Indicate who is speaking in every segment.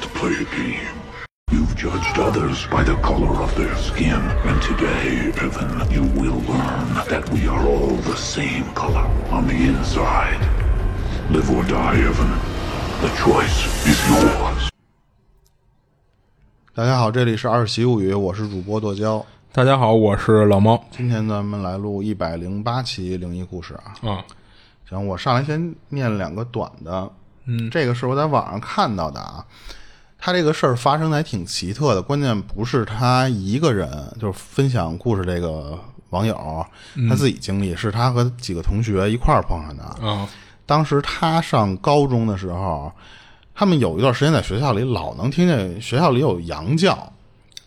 Speaker 1: to play a game. You've judged others by the color of their skin, and today, Evan, you will learn that we are all the same color on the inside. Live or die, Evan. The choice is yours.
Speaker 2: 大家好，这里是《二喜物语》，我是主播剁椒。
Speaker 3: 大家好，我是老猫。
Speaker 2: 今天咱们来录一百零八期灵异故事啊。
Speaker 3: 啊，
Speaker 2: 行，我上来先念两个短的。
Speaker 3: 嗯
Speaker 2: 这个是我在网上看到的啊。他这个事儿发生的还挺奇特的，关键不是他一个人，就是分享故事这个网友，他自己经历，是他和几个同学一块儿碰上的。
Speaker 3: 啊，
Speaker 2: 当时他上高中的时候，他们有一段时间在学校里老能听见学校里有羊 叫，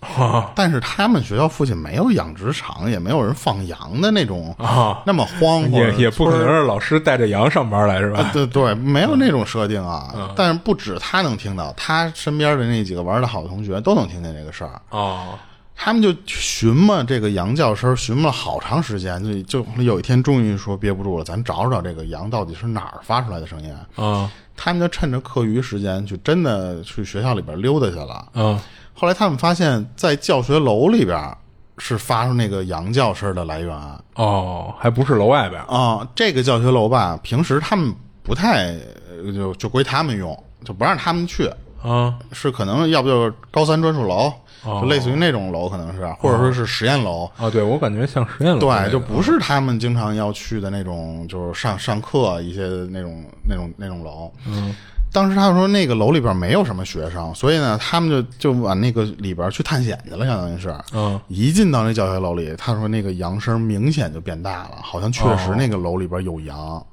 Speaker 3: 啊
Speaker 2: 但是他们学校附近没有养殖场，也没有人放羊的那种 那么荒或
Speaker 3: 啊也
Speaker 2: 者啊
Speaker 3: 也不可能是老师带着羊上班来是吧？嗯
Speaker 2: 对对，没有那种设定啊。但是不止他能听到，他身边的那几个玩的好的同学都能听见这个事儿。
Speaker 3: 哦，
Speaker 2: 他们就寻摸这个羊叫声，寻摸了好长时间，就就有一天终于说憋不住了，咱找找这个羊到底是哪儿发出来的声音。
Speaker 3: 啊
Speaker 2: 他们就趁着课余时间，就真的去学校里边溜达去了。
Speaker 3: 啊
Speaker 2: 后来他们发现，在教学楼里边是发出那个羊叫声的来源。
Speaker 3: 哦，还不是楼外边
Speaker 2: 啊、这个教学楼吧，平时他们不太呃就就归他们用，就不让他们去，
Speaker 3: 啊
Speaker 2: 是可能要不就是高三专属楼，就类似于那种楼，可能是，或者说是实验楼。
Speaker 3: 啊！对我感觉像实验楼那
Speaker 2: 对，
Speaker 3: 个
Speaker 2: 就不是他们经常要去的那种，就是上上课一些那种那种那种楼。嗯，当时他们说那个楼里边没有什么学生，所以呢，他们就就往那个里边去探险去了，相当于是。
Speaker 3: 嗯，
Speaker 2: 一进到那教学楼里，他说那个羊声明显就变大了，好像确实那个楼里边有羊，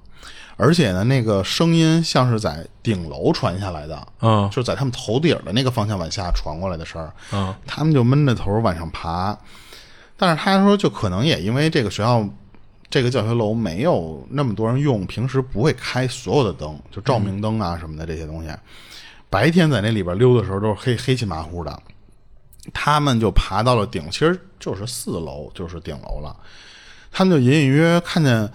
Speaker 2: 而且呢，那个声音像是在顶楼传下来的。
Speaker 3: 啊
Speaker 2: 就在他们头顶的那个方向往下传过来的声儿，
Speaker 3: 啊
Speaker 2: 他们就闷着头往上爬。但是他说，就可能也因为这个学校这个教学楼没有那么多人用，平时不会开所有的灯，就照明灯啊什么的这些东西。白天在那里边溜的时候都是黑黑漆麻糊的，他们就爬到了顶，其实就是四楼，就是顶楼了。他们就隐隐约约看见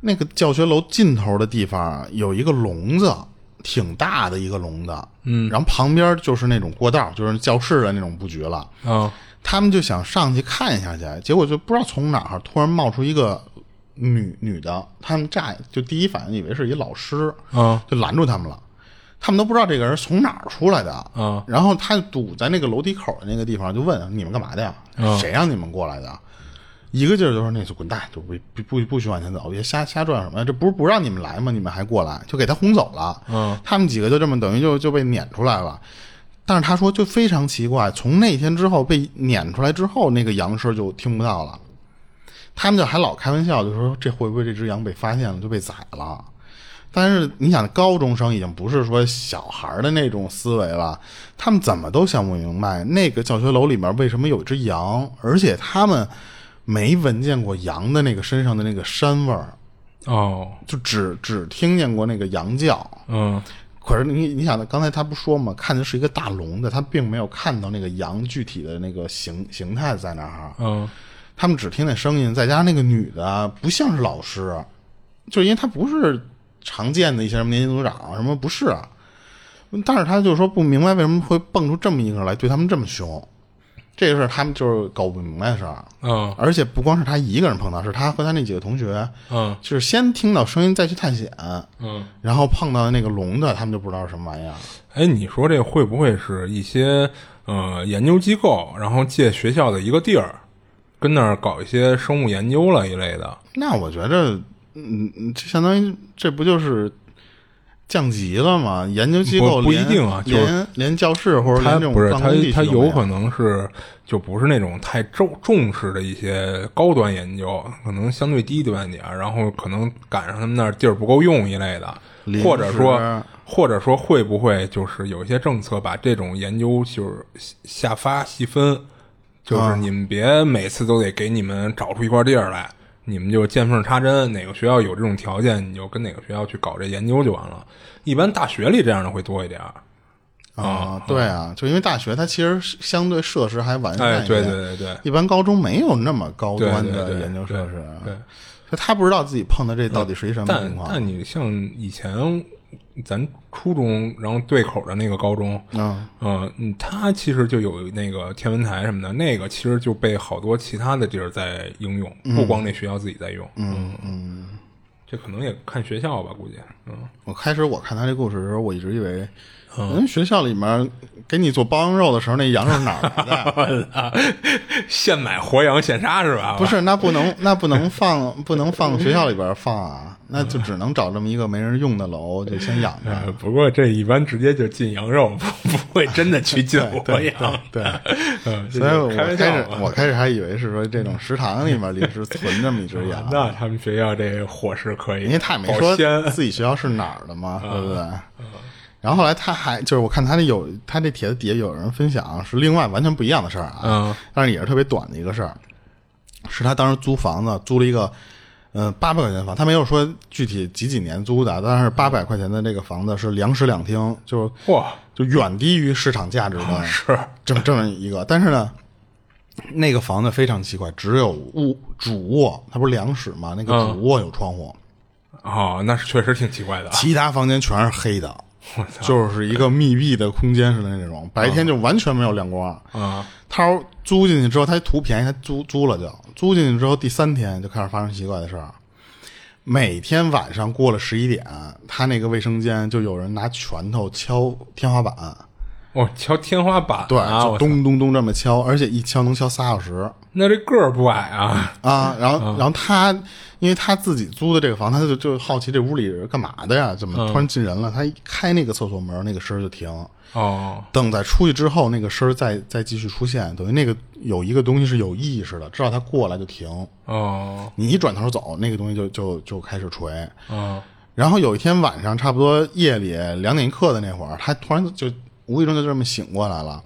Speaker 2: 那个教学楼尽头的地方有一个笼子，挺大的一个笼子。嗯，然后旁边就是那种过道，就是教室的那种布局了。
Speaker 3: 啊
Speaker 2: 他们就想上去看一下去，结果就不知道从哪儿突然冒出一个女女的，他们乍就第一反应以为是一老师，
Speaker 3: 啊
Speaker 2: 就拦住他们了。他们都不知道这个人从哪儿出来的
Speaker 3: 嗯
Speaker 2: 然后他就堵在那个楼梯口的那个地方，就问你们干嘛的呀？谁让你们过来的？一个劲儿就说那就滚蛋，就不不不不许往前走，别瞎瞎转什么呀？这不是不让你们来吗？你们还过来，就给他轰走了。
Speaker 3: 嗯，
Speaker 2: 他们几个就这么等于就就被撵出来了。但是他说就非常奇怪，从那天之后被撵出来之后，那个羊声就听不到了。他们就还老开玩笑，就说这会不会这只羊被发现了就被宰了？但是你想，高中生已经不是说小孩儿的那种思维了，他们怎么都想不明白那个教学楼里面为什么有一只羊，而且他们没闻见过羊的那个身上的那个膻味儿，
Speaker 3: 哦
Speaker 2: 就只只听见过那个羊叫。
Speaker 3: 嗯
Speaker 2: 可是你你想，刚才他不说嘛，看的是一个大笼子，他并没有看到那个羊具体的那个形形态在哪儿。
Speaker 3: 嗯
Speaker 2: 他们只听那声音，再加上那个女的啊不像是老师，啊就因为她不是常见的一些什么年级组长啊什么不是，但是他就说不明白为什么会蹦出这么一个人来对他们这么凶，这个事儿他们就是搞不明白的事儿。啊
Speaker 3: 嗯
Speaker 2: 而且不光是他一个人碰到，是他和他那几个同学，
Speaker 3: 嗯
Speaker 2: 就是先听到声音再去探险，
Speaker 3: 嗯。
Speaker 2: 然后碰到那个聋的，他们就不知道是什么玩意儿。
Speaker 3: 哎，你说这会不会是一些呃研究机构，然后借学校的一个地儿，跟那儿搞一些生物研究了一类的？
Speaker 2: 那我觉着，嗯，嗯这相当于这不就是降级了吗？研究机构
Speaker 3: 不不
Speaker 2: 连
Speaker 3: 一定啊就是
Speaker 2: 连连教室或者连
Speaker 3: 他
Speaker 2: 这种
Speaker 3: 不是
Speaker 2: 办
Speaker 3: 他
Speaker 2: 公地，区
Speaker 3: 他
Speaker 2: 都没
Speaker 3: 有可能是就不是那种太重重视的一些高端研究，可能相对低端一点，然后可能赶上他们那儿地儿不够用一类的
Speaker 2: 临，时啊
Speaker 3: 或者说或者说会不会就是有一些政策把这种研究就是下发细分，
Speaker 2: 啊
Speaker 3: 就是你们别每次都得给你们找出一块地儿来。你们就见缝插针，哪个学校有这种条件，你就跟哪个学校去搞这研究就完了。一般大学里这样的会多一点儿。嗯
Speaker 2: 啊，对啊，就因为大学它其实是相对设施还完善一点，
Speaker 3: 哎，对对对对，
Speaker 2: 一般高中没有那么高
Speaker 3: 对
Speaker 2: 端
Speaker 3: 对
Speaker 2: 的
Speaker 3: 对
Speaker 2: 研究设施，啊
Speaker 3: 对，
Speaker 2: 所以他不知道自己碰的这到底是一什么情
Speaker 3: 但
Speaker 2: 况。
Speaker 3: 但你像以前咱初中，然后对口的那个高中，
Speaker 2: 嗯
Speaker 3: 呃嗯，它其实就有那个天文台什么的，那个其实就被好多其他的地儿在应用，不
Speaker 2: 嗯
Speaker 3: 光那学校自己在用，嗯嗯，这可能也看学校吧，估计，嗯，
Speaker 2: 我开始我看他这故事的时候，我一直以为，嗯，学校里面给你做包羊肉的时候，那羊肉是哪儿来的 呀？
Speaker 3: 啊现买活羊现杀是吧？
Speaker 2: 不是，那不能，那不能放，不能放学校里边放啊，那就只能找这么一个没人用的楼，就先养着。
Speaker 3: 呃，不过这一般直接就进羊肉， 不不会真的去进活羊。
Speaker 2: 对，
Speaker 3: 嗯，这
Speaker 2: 所以
Speaker 3: 就
Speaker 2: 我
Speaker 3: 开玩
Speaker 2: 开
Speaker 3: 笑啊
Speaker 2: 始
Speaker 3: 嘛
Speaker 2: 我开始还以为是说这种食堂里面临时存这么一只羊，
Speaker 3: 那他们学校这伙食可以，
Speaker 2: 因为他也没
Speaker 3: 保
Speaker 2: 说
Speaker 3: 鲜嗯
Speaker 2: 自己学校是哪儿的 嘛，对不对？然后后来他还就是我看他那有他这帖子底下有人分享是另外完全不一样的事儿啊，
Speaker 3: 嗯
Speaker 2: 但是也是特别短的一个事儿，是他当时租房子租了一个，嗯八百块钱房，他没有说具体几几年租的，但是八百块钱的这个房子是两室两厅，就是
Speaker 3: 哇，
Speaker 2: 就远低于市场价值的，
Speaker 3: 啊是
Speaker 2: 这么这么一个。但是呢，那个房子非常奇怪，只有卧主卧，它不是两室嘛，那个
Speaker 3: 嗯
Speaker 2: 主卧有窗户，
Speaker 3: 哦，那是确实挺奇怪的啊。
Speaker 2: 其他房间全是黑的，就是一个密闭的空间似的那种，白天就完全没有亮光。
Speaker 3: 啊，
Speaker 2: 他说租进去之后，他图便宜，他租租了就租进去之后，第三天就开始发生奇怪的事儿。每天晚上过了十一点，他那个卫生间就有人拿拳头敲天花板，
Speaker 3: 我哦敲天花板
Speaker 2: 对，
Speaker 3: 啊，
Speaker 2: 就
Speaker 3: 我
Speaker 2: 咚咚咚这么敲，而且一敲能敲仨小时
Speaker 3: 那这个儿不矮啊，
Speaker 2: 啊。然后，然后他因为他自己租的这个房，他就就好奇这屋里人干嘛的呀？怎么
Speaker 3: 嗯
Speaker 2: 突然进人了？他一开那个厕所门，那个声儿就停。
Speaker 3: 哦，
Speaker 2: 等再出去之后，那个声儿再再继续出现，等于那个有一个东西是有意识的，知道他过来就停。
Speaker 3: 哦，
Speaker 2: 你一转头走，那个东西就就就开始锤。
Speaker 3: 哦，
Speaker 2: 然后有一天晚上，差不多夜里两点一刻的那会儿，他突然就无意中就这么醒过来了。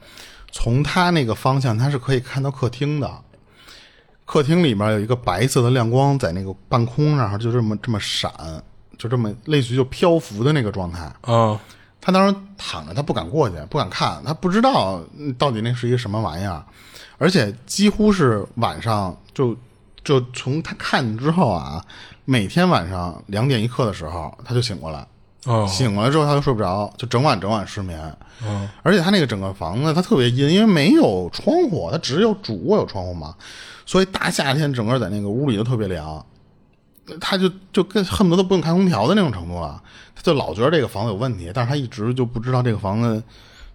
Speaker 2: 从他那个方向，他是可以看到客厅的。客厅里面有一个白色的亮光在那个半空上，就这么这么闪，就这么类似于就漂浮的那个状态。
Speaker 3: 哦，
Speaker 2: 他当时躺着，他不敢过去，不敢看，他不知道嗯到底那是一个什么玩意儿，而且几乎是晚上就就从他看见之后啊，每天晚上两点一刻的时候他就醒过来，
Speaker 3: 哦，
Speaker 2: 醒过来之后他就睡不着，就整晚整晚失眠。而且他那个整个房子他特别阴，因为没有窗户，他只有主卧有窗户嘛，所以大夏天整个在那个屋里就特别凉。他就就跟恨不得都不用开空调的那种程度了，他就老觉得这个房子有问题，但是他一直就不知道这个房子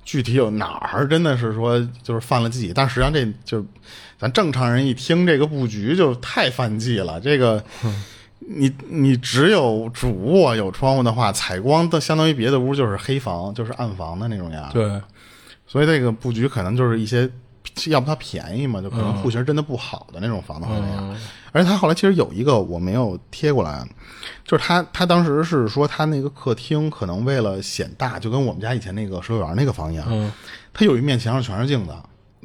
Speaker 2: 具体有哪儿，真的是说就是犯了忌，但实际上这就是咱正常人一听这个布局就太犯忌了，这个。你你只有主卧有窗户的话，采光的相当于别的屋就是黑房，就是暗房的那种呀。，
Speaker 3: 对，
Speaker 2: 所以这个布局可能就是一些，要不它便宜嘛，就可能户型真的不好的那种房子会那样。而且他后来其实有一个我没有贴过来，啊就是他他当时是说他那个客厅可能为了显大，就跟我们家以前那个水果园那个房一样，他有一面墙上全是镜子，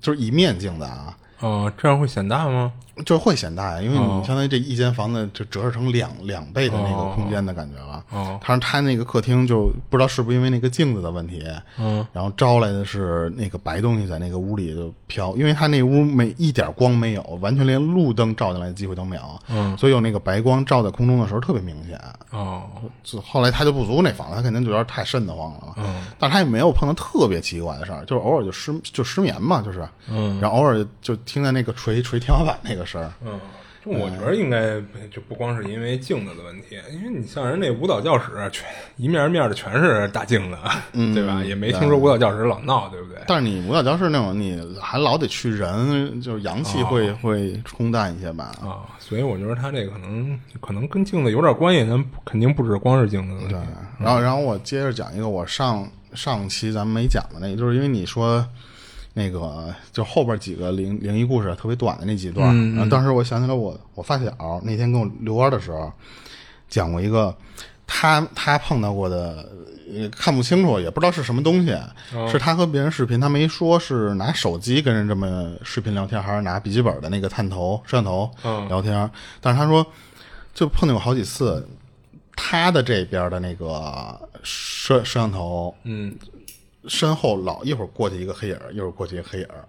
Speaker 2: 就是一面镜子啊。
Speaker 3: 哦，这样会显大吗？
Speaker 2: 就是会显大呀，因为你相当于这一间房子就折射成两两倍的那个空间的感觉了。
Speaker 3: 哦
Speaker 2: 他说他那个客厅就不知道是不是因为那个镜子的问题，
Speaker 3: 嗯，
Speaker 2: 然后招来的是那个白东西在那个屋里就飘，因为他那屋没一点光没有，完全连路灯照进来的机会都没有，嗯，所以有那个白光照在空中的时候特别明显。
Speaker 3: 哦，
Speaker 2: 就后来他就不租那房子，他肯定觉得太瘆得慌了嘛。嗯，但是他也没有碰到特别奇怪的事儿，就是偶尔就失就失眠嘛，就是，嗯，然后偶尔就听见那个锤锤天花板那个声儿，
Speaker 3: 嗯。这我觉得应该就不光是因为镜子的问题，因为你像人那舞蹈教室，啊全一面一面的全是大镜子，啊
Speaker 2: 嗯
Speaker 3: 对吧？也没听说舞蹈教室老闹，对不对？
Speaker 2: 但是你舞蹈教室那种，你还老得去人，就是阳气会、会冲淡一些吧。
Speaker 3: 啊，所以我觉得他这个可能可能跟镜子有点关系，咱不肯定不止光是镜子的问题。
Speaker 2: 然后，然后我接着讲一个我上上期咱们没讲的那个，就是因为你说那个就后边几个灵灵异故事特别短的那几段，然后当时我想起来我我发小那天跟我遛弯的时候讲过一个他他碰到过的。呃看不清楚，也不知道是什么东西，是他和别人视频，他没说是拿手机跟人这么视频聊天，还是拿笔记本的那个探头、摄像头聊天。但是他说，就碰见过好几次，他的这边的那个摄摄像头，嗯，身后老一会儿过去一个黑影儿，一会儿过去一个黑影儿，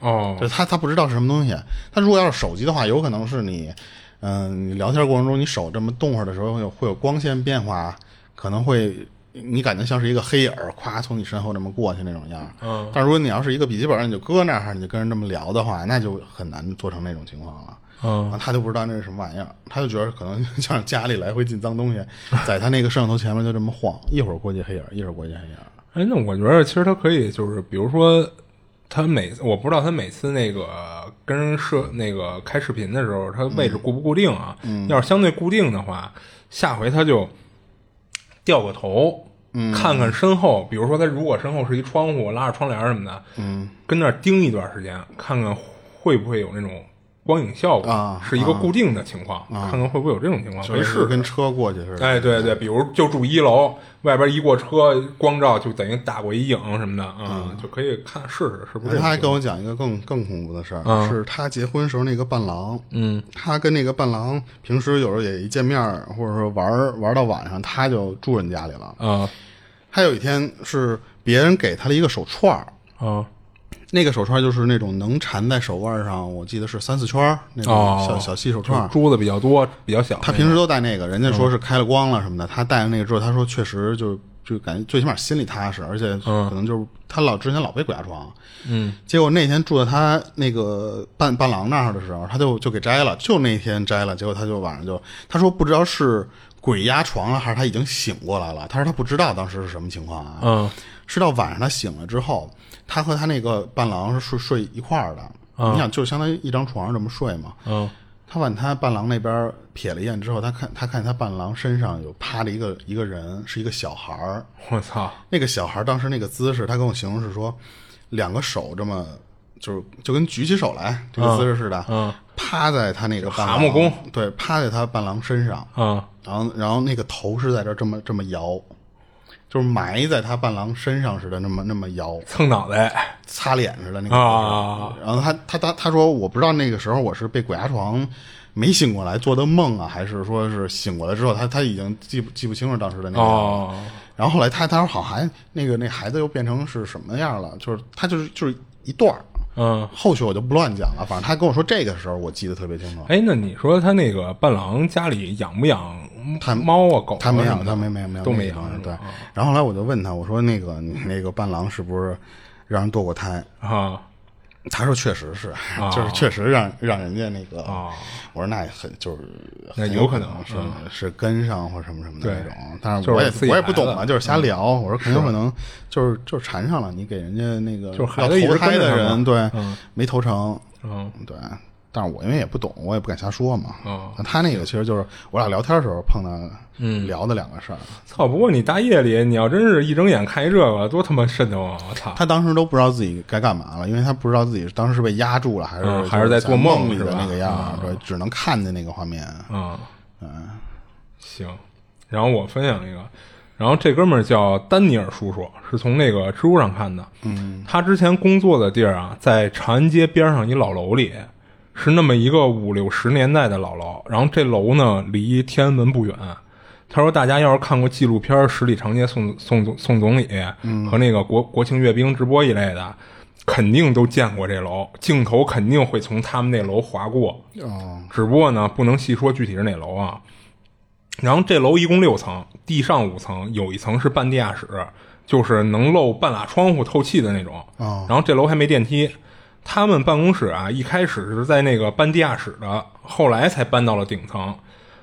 Speaker 3: 哦
Speaker 2: 就，是他他不知道是什么东西。他如果要是手机的话，有可能是你，嗯、你聊天过程中你手这么动会儿的时候，会有会有光线变化，可能会你感觉像是一个黑影儿，咵从你身后这么过去那种样儿。
Speaker 3: 嗯
Speaker 2: 但如果你要是一个笔记本，你就搁那儿，你就跟人这么聊的话，那就很难做成那种情况了。
Speaker 3: 嗯
Speaker 2: 啊，他就不知道那是什么玩意儿，他就觉得可能 像家里来回进脏东西，在他那个摄像头前面就这么晃，一会儿过去黑影儿，一会儿过去黑影儿。
Speaker 3: 哎，那我觉得其实他可以，就是比如说，他每我不知道他每次那个跟人设那个开视频的时候，他位置固不固定啊？
Speaker 2: 嗯
Speaker 3: 要是相对固定的话，下回他就掉个头，
Speaker 2: 嗯
Speaker 3: 看看身后，比如说他如果身后是一窗户，拉着窗帘什么的，嗯，跟那儿盯一段时间，看看会不会有那种光影效果，
Speaker 2: 啊
Speaker 3: 是一个固定的情况，看看会不会有这种情况，哎
Speaker 2: 就
Speaker 3: 没
Speaker 2: 是
Speaker 3: 事。
Speaker 2: 跟车过去似的。
Speaker 3: 哎，对对，比如就住一楼，外边一过车，光照就等于打过一影什么的，嗯，就可以看试试是不是这种情况。
Speaker 2: 他还跟我讲一个更更恐怖的事儿，
Speaker 3: 嗯
Speaker 2: 是他结婚时候那个伴郎，
Speaker 3: 嗯，
Speaker 2: 他跟那个伴郎平时有时候也一见面儿，或者说玩儿玩到晚上，他就住人家里了。
Speaker 3: 啊
Speaker 2: 他有一天是别人给他了一个手串儿，
Speaker 3: 啊
Speaker 2: 那个手串儿就是那种能缠在手腕上，我记得是三四圈儿那种
Speaker 3: 哦，
Speaker 2: 小、小细手串儿。
Speaker 3: 珠子比较多，比较小那个。嗯
Speaker 2: 他平时都戴那个，人家说是开了光了什么的，他戴了那个之后，他说确实就就感觉最起码心里踏实，而且
Speaker 3: 嗯
Speaker 2: 可能就是他老之前老被鬼压床，
Speaker 3: 嗯，
Speaker 2: 结果那天住在他那个伴伴郎那儿的时候，他就就给摘了，就那天摘了，结果他就晚上就他说不知道是鬼压床了还是他已经醒过来了，他说他不知道当时是什么情况啊，
Speaker 3: 嗯
Speaker 2: 是到晚上他醒了之后，他和他那个伴郎是睡睡一块儿的，你想就相当于一张床上这么睡嘛，
Speaker 3: 嗯
Speaker 2: 他往他伴郎那边瞥了一眼之后，他看他看见他伴郎身上有趴着一个一个人，是一个小孩儿。
Speaker 3: 我操，
Speaker 2: 那个小孩儿当时那个姿势，他跟我形容是说，两个手这么就是就跟举起手来这个姿势似的，
Speaker 3: 嗯
Speaker 2: 趴在他那个伴郎
Speaker 3: 蛤蟆功，
Speaker 2: 对，趴在他伴郎身上，
Speaker 3: 嗯
Speaker 2: 然后然后那个头是在这儿这么这么摇，就是埋在他伴郎身上似的，那么那么摇。
Speaker 3: 蹭脑袋
Speaker 2: 擦脸似的那个
Speaker 3: 啊
Speaker 2: 然后他他他他说我不知道那个时候我是被鬼压床没醒过来做的梦啊，还是说是醒过来之后他他已经记不记不清楚当时的那个。
Speaker 3: 哦，
Speaker 2: 然后后来他他说好还那个那孩子又变成是什么样了，就是他就是就是一段儿。
Speaker 3: 嗯。
Speaker 2: 后续我就不乱讲了，反正他跟我说这个时候哦我记得特别清楚。
Speaker 3: 哎，那你说他那个伴郎家里养不养
Speaker 2: 他
Speaker 3: 猫啊狗啊
Speaker 2: 他没
Speaker 3: 什
Speaker 2: 有，
Speaker 3: 么的
Speaker 2: 他没没有没有
Speaker 3: 都
Speaker 2: 那
Speaker 3: 没
Speaker 2: 个
Speaker 3: 养是
Speaker 2: 对
Speaker 3: 吧，
Speaker 2: 然后后来我就问他，我说那个你那个伴郎是不是让人堕过胎？
Speaker 3: 啊
Speaker 2: 他说确实是， 就是确实让让人家那个，
Speaker 3: 啊
Speaker 2: 我说那也很就是
Speaker 3: 那
Speaker 2: 很
Speaker 3: 有可
Speaker 2: 可
Speaker 3: 能嗯
Speaker 2: 是、是跟上或什么什么的那
Speaker 3: 对
Speaker 2: 种，但是
Speaker 3: 就是
Speaker 2: 我也
Speaker 3: 自己嗯
Speaker 2: 我也不懂
Speaker 3: 孩
Speaker 2: 啊，
Speaker 3: 子
Speaker 2: 就是瞎聊。我说很有可能就是就是缠上了，你给人家那个
Speaker 3: 就是孩
Speaker 2: 要
Speaker 3: 子一直
Speaker 2: 投胎
Speaker 3: 跟着
Speaker 2: 的
Speaker 3: 他嘛
Speaker 2: 人对、
Speaker 3: 嗯
Speaker 2: 没投成，
Speaker 3: 嗯
Speaker 2: 对。但是我因为也不懂，我也不敢瞎说嘛。
Speaker 3: 嗯
Speaker 2: 那他那个其实就是我俩聊天的时候碰到聊的两个事儿，
Speaker 3: 操！不过你大夜里，你要真是一睁眼看一这个，多他妈瘆得慌！啊我操！
Speaker 2: 他当时都不知道自己该干嘛了，因为他不知道自己当时是被压住了，还是、
Speaker 3: 嗯还是在做
Speaker 2: 梦
Speaker 3: 梦
Speaker 2: 里的
Speaker 3: 是吧
Speaker 2: 那个样儿，对，只能看见那个画面。
Speaker 3: 嗯，行。然后我分享一个，然后这哥们儿叫丹尼尔叔叔，是从那个知乎上看的。嗯，他之前工作的地儿啊，在长安街边上一老楼里，是那么一个五六十年代的老楼。然后这楼呢，离天安门不远。他说：“大家要是看过纪录片《十里长街宋宋总宋总理》和那个国国庆阅兵直播一类的，肯定都见过这楼，镜头肯定会从他们那楼划过。
Speaker 2: 哦，
Speaker 3: 只不过呢，不能细说具体是哪楼啊。然后这楼一共六层，地上五层，有一层是半地下室，就是能露半拉窗户透气的那种。
Speaker 2: 哦
Speaker 3: 然后这楼还没电梯。他们办公室啊，一开始是在那个半地下室的，后来才搬到了顶层。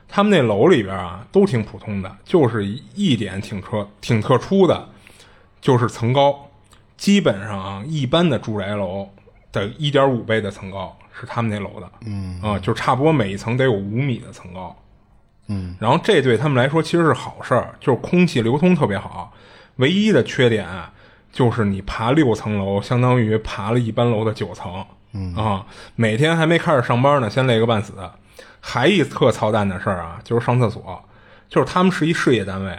Speaker 3: 他们那楼里边啊，都挺普通的，就是一点挺特挺特殊的，就是层高，基本上啊，一般的住宅楼的一点五倍的层高是他们那楼的，嗯啊、就差不多每一层得有五米的层高，嗯，然后这对他们来说其实是好事儿，就是空气流通特别好，唯一的缺点啊就是你爬六层楼，相当于爬了一般楼的九层，嗯啊，每天还没开始上班呢，先累个半死。还一特操蛋的事儿啊，就是上厕所，就是他们是一事业单位，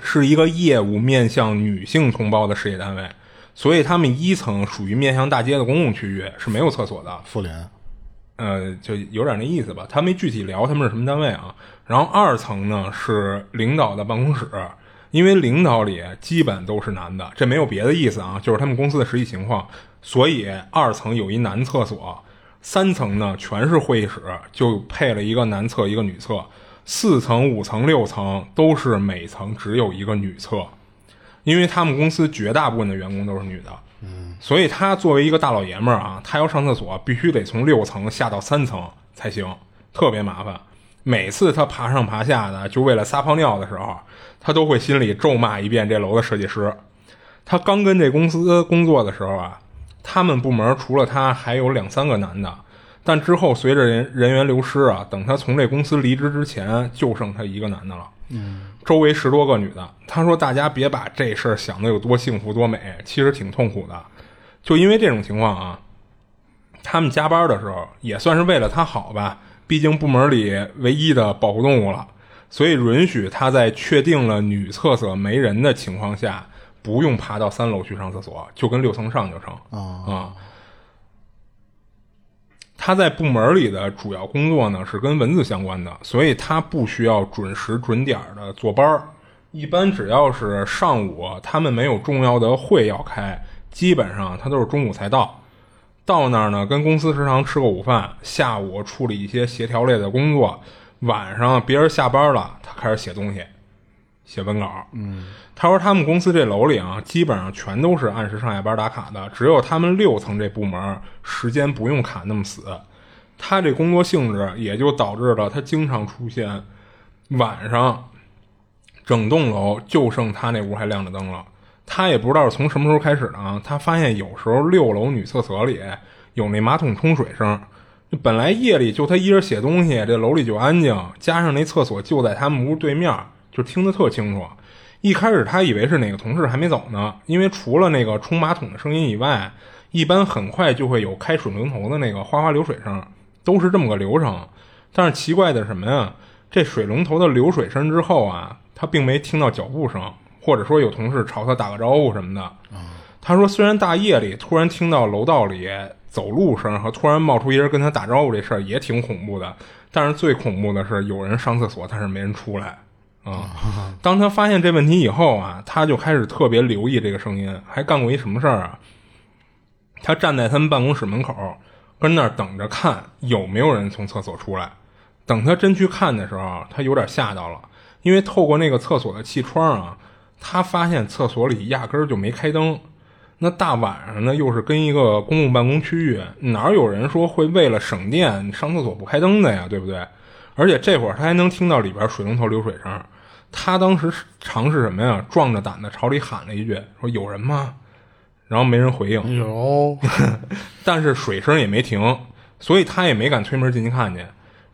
Speaker 3: 是一个业务面向女性同胞的事业单位，所以他们一层属于面向大街的公共区域是没有厕所的。
Speaker 2: 妇联，
Speaker 3: 呃，就有点那意思吧。他没具体聊他们是什么单位啊。然后二层呢是领导的办公室，因为领导里基本都是男的，这没有别的意思啊，就是他们公司的实际情况。所以二层有一男厕所，三层呢全是会议室，就配了一个男厕一个女厕。四层、五层、六层都是每层只有一个女厕，因为他们公司绝大部分的员工都是女的，嗯，所以他作为一个大老爷们儿啊，他要上厕所必须得从六层下到三层才行，特别麻烦。每次他爬上爬下的，就为了撒泡尿的时候，他都会心里咒骂一遍这楼的设计师。他刚跟这公司工作的时候啊，他们部门除了他还有两三个男的，但之后随着人人员流失啊，等他从这公司离职之前，就剩他一个男的了。嗯，周围十多个女的。他说：“大家别把这事儿想的有多幸福多美，其实挺痛苦的。就因为这种情况啊，他们加班的时候也算是为了他好吧，毕竟部门里唯一的保护动物了，所以允许他在确定了女厕所没人的情况下，不用爬到三楼去上厕所，就跟六层上就成啊、他在部门里的主要工作呢是跟文字相关的，所以他不需要准时准点的坐班儿。一般只要是上午他们没有重要的会要开，基本上他都是中午才到。到那儿呢，跟公司食堂吃个午饭，下午处理一些协调类的工作，晚上别人下班了，他开始写东西，写文稿。嗯，他说他们公司这楼里啊，基本上全都是按时上下班打卡的，只有他们六层这部门儿时间不用卡那么死。他这工作性质也就导致了他经常出现晚上整栋楼就剩他那屋还亮着灯了。他也不知道是从什么时候开始的啊，他发现有时候六楼女厕所里有那马桶冲水声。就本来夜里就他一人写东西，这楼里就安静，加上那厕所就在他们屋对面，就听得特清楚。一开始他以为是哪个同事还没走呢，因为除了那个冲马桶的声音以外，一般很快就会有开水龙头的那个哗哗流水声，都是这么个流程。但是奇怪的是什么呀？这水龙头的流水声之后啊，他并没听到脚步声，或者说有同事朝他打个招呼什么的。他说，虽然大夜里突然听到楼道里走路声和突然冒出一人跟他打招呼这事儿也挺恐怖的，但是最恐怖的是有人上厕所，但是没人出来。啊、当他发现这问题以后啊，他就开始特别留意这个声音，还干过一什么事儿啊？他站在他们办公室门口，跟那儿等着看有没有人从厕所出来。等他真去看的时候，他有点吓到了，因为透过那个厕所的气窗啊，他发现厕所里压根儿就没开灯。那大晚上呢，又是跟一个公共办公区域，哪有人说会为了省电上厕所不开灯的呀？对不对？而且这会儿他还能听到里边水龙头流水声。他当时是尝试什么呀？壮着胆子朝里喊了一句：“说有人吗？”然后没人回应。
Speaker 2: 有，
Speaker 3: 但是水声也没停，所以他也没敢推门进去看去。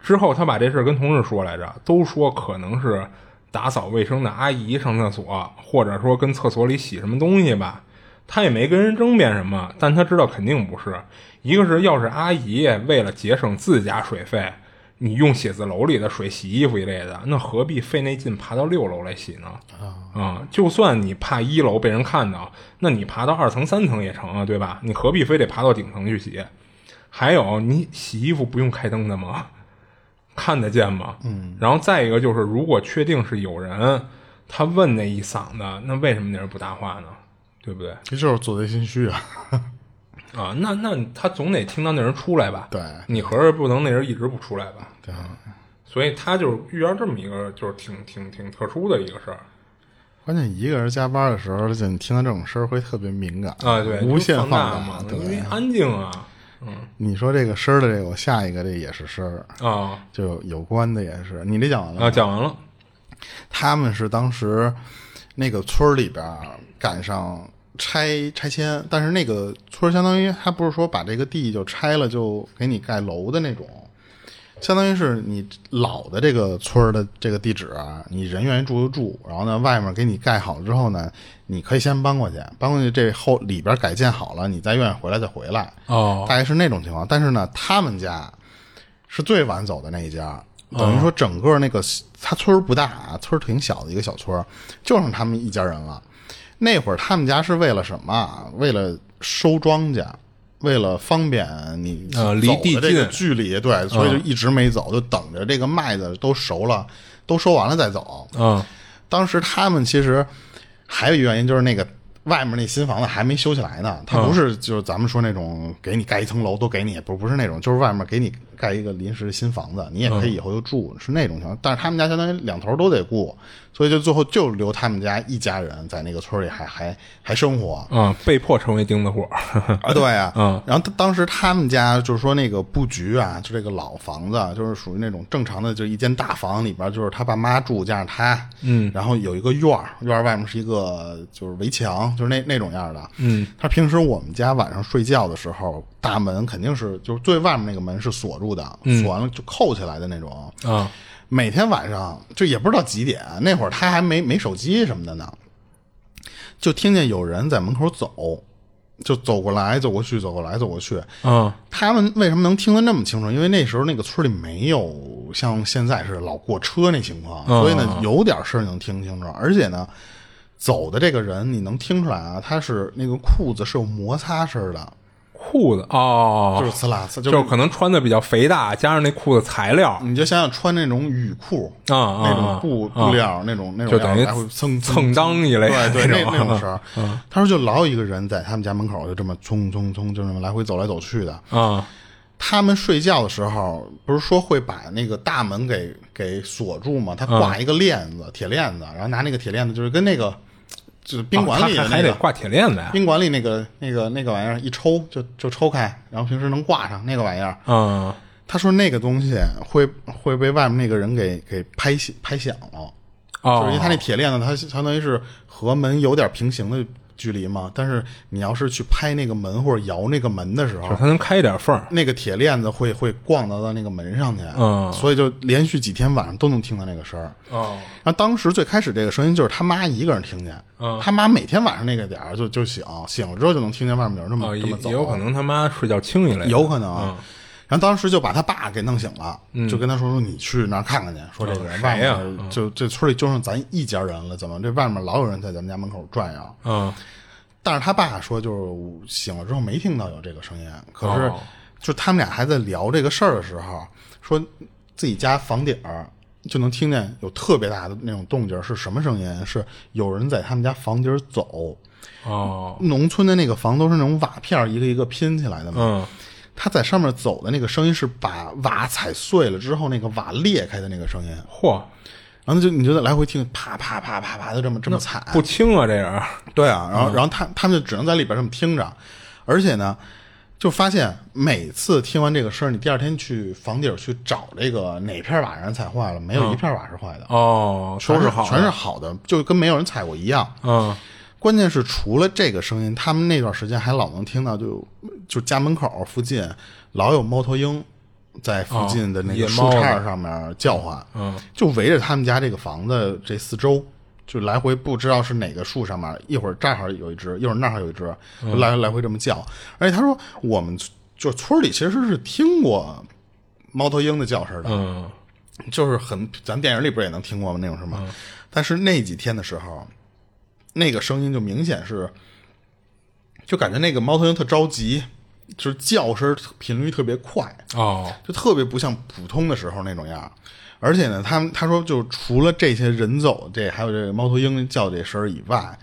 Speaker 3: 之后他把这事儿跟同事说来着，都说可能是打扫卫生的阿姨上厕所，或者说跟厕所里洗什么东西吧。他也没跟人争辩什么，但他知道肯定不是。一个是要是阿姨为了节省自家水费，你用写字楼里的水洗衣服一类的，那何必费那劲爬到六楼来洗呢？啊、就算你怕一楼被人看到，那你爬到二层、三层也成啊，对吧？你何必非得爬到顶层去洗？还有，你洗衣服不用开灯的吗？ 看得见吗？嗯。然后再一个就是，如果确定是有人，他问那一嗓子，那为什么那人不搭话呢？对不对？
Speaker 2: 这就是做贼心虚啊。
Speaker 3: 啊，那那他总得听到那人出来吧？
Speaker 2: 对
Speaker 3: 你合着不能那人一直不出来吧？
Speaker 2: 对，
Speaker 3: 所以他就是遇到这么一个，就是挺挺挺特殊的一个事儿。
Speaker 2: 关键一个人加班的时候，就你听到这种声儿会特别敏感
Speaker 3: 啊，对，
Speaker 2: 无限
Speaker 3: 放
Speaker 2: 大
Speaker 3: 嘛，因为
Speaker 2: 对，
Speaker 3: 安静啊，
Speaker 2: 你说这个声儿的这个，我下一个这也是声儿，
Speaker 3: 啊
Speaker 2: 就有关的也是。你这讲完了吗
Speaker 3: 啊，讲完了，
Speaker 2: 他们是当时那个村儿里边儿赶上拆拆迁，但是那个村儿相当于他不是说把这个地就拆了就给你盖楼的那种，相当于是你老的这个村儿的这个地址啊，你人愿意住就住，然后呢外面给你盖好了之后呢，你可以先搬过去，搬过去这后里边改建好了，你再愿意回来再回来，
Speaker 3: 哦
Speaker 2: 大概是那种情况。但是呢，他们家是最晚走的那一家，等
Speaker 3: 哦
Speaker 2: 于说整个那个他村儿不大啊，村儿挺小的一个小村儿，就剩他们一家人了。那会儿他们家是为了什么啊？为了收庄稼，为了方便你
Speaker 3: 呃离地
Speaker 2: 走的这个
Speaker 3: 近嗯
Speaker 2: 距离，对，所以就一直没走，就等着这个麦子都熟了，都收完了再走。
Speaker 3: 嗯
Speaker 2: 当时他们其实还有一个原因，就是那个外面那新房子还没修起来呢，它不是就是咱们说那种给你盖一层楼都给你，不不是那种，就是外面给你盖一个临时新房子，你也可以以后就住，是那种情况。但是他们家相当于两头都得顾，所以就最后就留他们家一家人在那个村里还还还生活。
Speaker 3: 嗯，被迫成为钉子户，
Speaker 2: 啊，对啊，嗯，然后他当时他们家就是说那个布局啊，就这个老房子啊，就是属于那种正常的，就一间大房里边就是他爸妈住，加上他，嗯，然后有一个院儿，院儿外面是一个就是围墙，就是那那种样儿的，嗯，他平时我们家晚上睡觉的时候，大门肯定是就是最外面那个门是锁住的，锁完了就扣起来的那种，
Speaker 3: 啊，
Speaker 2: 每天晚上就也不知道几点，那会儿他还没没手机什么的呢，就听见有人在门口走，就走过来走过去，走过来走过去。
Speaker 3: 嗯，
Speaker 2: 他们为什么能听得那么清楚？因为那时候那个村里没有像现在是老过车那情况，
Speaker 3: 嗯
Speaker 2: 所以呢有点声儿能听清楚，而且呢。走的这个人，你能听出来啊？他是那个裤子是有摩擦声儿的，
Speaker 3: 裤子
Speaker 2: 就
Speaker 3: 哦
Speaker 2: 是，呲啦呲，
Speaker 3: 就
Speaker 2: 就是
Speaker 3: 可能穿的比较肥大，加上那裤子材料，
Speaker 2: 你就想想穿那种雨裤
Speaker 3: 啊啊
Speaker 2: 那种布布料、那种那种料
Speaker 3: 就等于
Speaker 2: 还会蹭
Speaker 3: 蹭裆一类的
Speaker 2: 对对，
Speaker 3: 那种嗯
Speaker 2: 那那种声儿。他说就老有一个人在他们家门口就这么冲冲冲，就这么来回走来走去的。
Speaker 3: 啊
Speaker 2: 他们睡觉的时候，不是说会把那个大门给给锁住
Speaker 3: 嗯
Speaker 2: 吗？他挂一个链子，铁链子，然后拿那个铁链子，就是跟那个就是宾馆里的
Speaker 3: 哦他还
Speaker 2: 那
Speaker 3: 还
Speaker 2: 个、
Speaker 3: 得挂铁链子呀，
Speaker 2: 宾馆里那个那个那个玩意儿一抽就就抽开，然后平时能挂上那个玩意儿。
Speaker 3: 嗯，
Speaker 2: 他说那个东西会会被外面那个人给给拍响拍响了，就是因为
Speaker 3: 哦，
Speaker 2: 他那铁链子，它相当于是和门有点平行的距离嘛。但是你要是去拍那个门或者摇那个门的时候
Speaker 3: 就是，它能开一点缝儿，
Speaker 2: 那个铁链子会会逛到到那个门上去，
Speaker 3: 嗯
Speaker 2: 所以就连续几天晚上都能听到那个声儿。
Speaker 3: 哦，
Speaker 2: 然后当时最开始这个声音就是他妈一个人听见，
Speaker 3: 嗯
Speaker 2: 他妈每天晚上那个点儿就就醒，醒了之后就能听见外面有人这么、
Speaker 3: 哦，也
Speaker 2: 这么走，啊
Speaker 3: 也有可嗯能他妈睡觉轻一类的，
Speaker 2: 有可能。啊然后当时就把他爸给弄醒了，就跟他说说你去那儿看看去，说这个人外
Speaker 3: 嗯哦谁呀嗯
Speaker 2: 面就这村里就剩咱一家人了，怎么这外面老有人在咱们家门口转悠？
Speaker 3: 嗯，
Speaker 2: 但是他爸说，就是醒了之后没听到有这个声音，可是
Speaker 3: 哦
Speaker 2: 就他们俩还在聊这个事儿的时候，说自己家房顶儿就能听见有特别大的那种动静儿，是什么声音？是有人在他们家房顶儿走。
Speaker 3: 哦，
Speaker 2: 农村的那个房都是那种瓦片儿一个一个拼起来的嘛，
Speaker 3: 嗯，
Speaker 2: 他在上面走的那个声音是把瓦踩碎了之后那个瓦裂开的那个声音，
Speaker 3: 嚯，
Speaker 2: 然后就你就得来回听，啪啪啪啪啪的这么这么踩，
Speaker 3: 不轻啊，这人，
Speaker 2: 对啊，然
Speaker 3: 嗯
Speaker 2: 后、然后他他们就只能在里边这么听着，而且呢，就发现每次听完这个声儿，你第二天去房顶儿去找这个哪片瓦上踩坏了，没有一片瓦是坏的，
Speaker 3: 嗯哦，
Speaker 2: 全
Speaker 3: 都是好的，
Speaker 2: 全是好的，就跟没有人踩过一样。
Speaker 3: 嗯，
Speaker 2: 关键是除了这个声音，他们那段时间还老能听到就，就家门口附近老有猫头鹰在附近的那
Speaker 3: 哦野
Speaker 2: 个
Speaker 3: 猫
Speaker 2: 树杈上面叫唤，嗯，就围着他们家这个房子这四周。就来回不知道是哪个树上面，一会儿这儿有一只，一会儿那儿有一只，就来
Speaker 3: 嗯
Speaker 2: 来回这么叫。而且他说，我们就村里其实是听过猫头鹰的叫声的，
Speaker 3: 嗯，
Speaker 2: 就是很，咱电影里边也能听过那种什么，但是那几天的时候，那个声音就明显是，就感觉那个猫头鹰特着急，就是叫声特频率特别快，
Speaker 3: 哦，
Speaker 2: 就特别不像普通的时候那种样儿。而且呢，他们他说就除了这些人走这还有这个猫头鹰叫这声儿以外，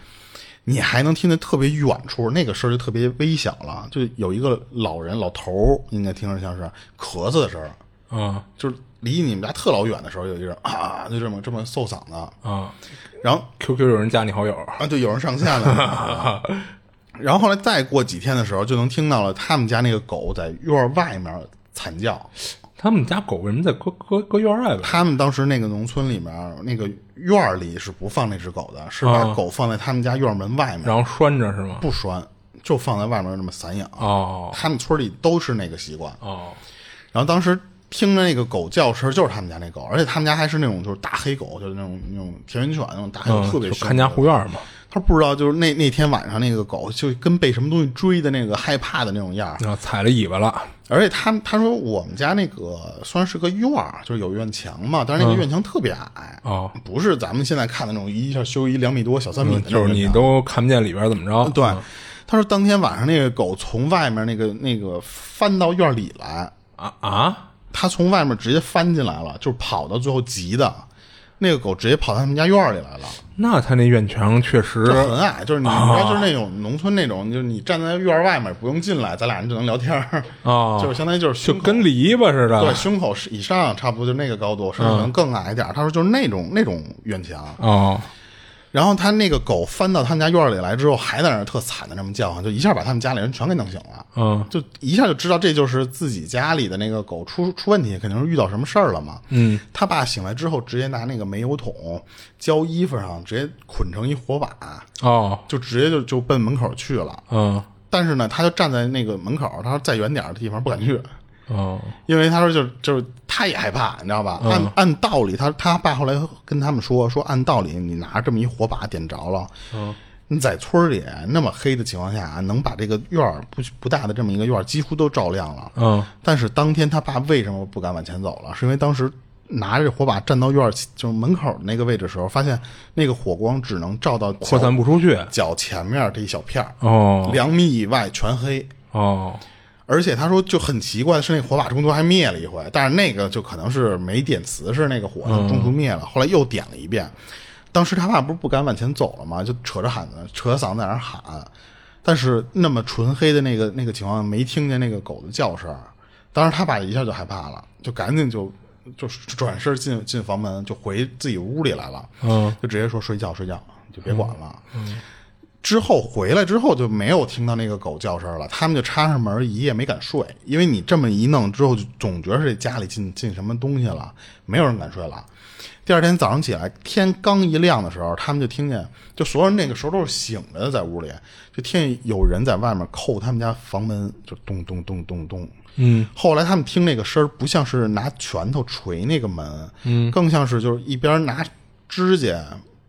Speaker 2: 你还能听得特别远处那个声儿就特别微小了，就有一个老人老头儿应该听着像是咳嗽的声儿。
Speaker 3: 嗯，
Speaker 2: 就是离你们家特老远的时候，有一人啊，就这么这么嗽嗓子，
Speaker 3: 啊
Speaker 2: 然后
Speaker 3: ，QQ 有人加你好友，
Speaker 2: 啊就有人上线了。然后后来再过几天的时候，就能听到了他们家那个狗在院外面惨叫。
Speaker 3: 他们家狗为什么在搁搁搁院外边？
Speaker 2: 他们当时那个农村里面那个院儿里是不放那只狗的，是把狗放在他们家院门外面，
Speaker 3: 然后拴着是吗？
Speaker 2: 不拴，就放在外面那么散养。
Speaker 3: 哦
Speaker 2: 他们村里都是那个习惯。
Speaker 3: 哦
Speaker 2: 然后当时听着那个狗叫声，就是他们家那狗，而且他们家还是那种就是大黑狗，就是那种那种田园犬那种大黑狗，
Speaker 3: 嗯，
Speaker 2: 特别
Speaker 3: 就
Speaker 2: 凶。
Speaker 3: 看家护院嘛。
Speaker 2: 他不知道，就是那那天晚上那个狗就跟被什么东西追的那个害怕的那种样儿。
Speaker 3: 啊，踩了尾巴了，
Speaker 2: 而且他他说我们家那个虽然是个院儿，就是有院墙嘛，但是那个院墙特别矮，
Speaker 3: 哦嗯
Speaker 2: 不是咱们现在看的那种一下修一两米多小三米的那种
Speaker 3: 就是你
Speaker 2: 院墙
Speaker 3: 都嗯看不见里边怎么着。
Speaker 2: 对，他说当天晚上那个狗从外面那个那个翻到院里来，
Speaker 3: 啊啊，
Speaker 2: 他从外面直接翻进来了，就是跑到最后急的，那个狗直接跑到他们家院儿里来了，
Speaker 3: 那他那院墙确实
Speaker 2: 就很矮，就是你
Speaker 3: 啊
Speaker 2: 你知道，就是那种农村那种，就是你站在院儿外面不用进来，咱俩人就能聊天儿，
Speaker 3: 啊，
Speaker 2: 就是相当于就是
Speaker 3: 就
Speaker 2: 胸口
Speaker 3: 跟篱笆似的，
Speaker 2: 对胸口是以上差不多就那个高度，甚至
Speaker 3: 嗯
Speaker 2: 可能更矮一点儿。他说就是那种那种院墙，
Speaker 3: 哦，
Speaker 2: 然后他那个狗翻到他们家院儿里来之后，还在那儿特惨的那么叫唤，就一下把他们家里人全给弄醒了。
Speaker 3: 嗯
Speaker 2: 就一下就知道这就是自己家里的那个狗出出问题，肯定是遇到什么事儿了嘛。
Speaker 3: 嗯，
Speaker 2: 他爸醒来之后，直接拿那个煤油桶浇衣服上，直接捆成一火把，
Speaker 3: 哦，
Speaker 2: 就直接就就奔门口去了。
Speaker 3: 嗯，
Speaker 2: 但是呢，他就站在那个门口，他说再远点儿的地方不敢去，
Speaker 3: 哦，
Speaker 2: 因为他说就就是他也害怕，你知道吧？按按道理，他他爸后来跟他们说说，按道理你拿这么一火把点着了，嗯，你在村儿里那么黑的情况下，能把这个院儿不不大的这么一个院儿几乎都照亮了，
Speaker 3: 嗯，
Speaker 2: 但是当天他爸为什么不敢往前走了？是因为当时拿着火把站到院儿就是门口那个位置的时候，发现那个火光只能照到
Speaker 3: 扩散不出去，
Speaker 2: 脚前面这一小片儿，
Speaker 3: 哦，
Speaker 2: 两米以外全黑。
Speaker 3: 哦，
Speaker 2: 而且他说就很奇怪的是，那火把中途还灭了一回，但是那个就可能是没点瓷实，那个火就中途灭了，后来又点了一遍。当时他爸不是不敢往前走了吗？就扯着喊子，扯着嗓子在那儿喊，但是那么纯黑的那个那个情况，没听见那个狗的叫声。当时他爸一下就害怕了，就赶紧就就转身进进房门，就回自己屋里来了。
Speaker 3: 嗯，
Speaker 2: 就直接说睡觉睡觉，就别管了。之后回来之后就没有听到那个狗叫声了，他们就插上门一夜没敢睡，因为你这么一弄之后，就总觉得这家里进进什么东西了，没有人敢睡了。第二天早上起来，天刚一亮的时候，他们就听见，就所有人那个时候都是醒着的，在屋里就听见有人在外面扣他们家房门，就咚咚咚咚咚。
Speaker 3: 嗯，
Speaker 2: 后来他们听那个声儿，不像是拿拳头捶那个门，嗯，更像是就是一边拿指甲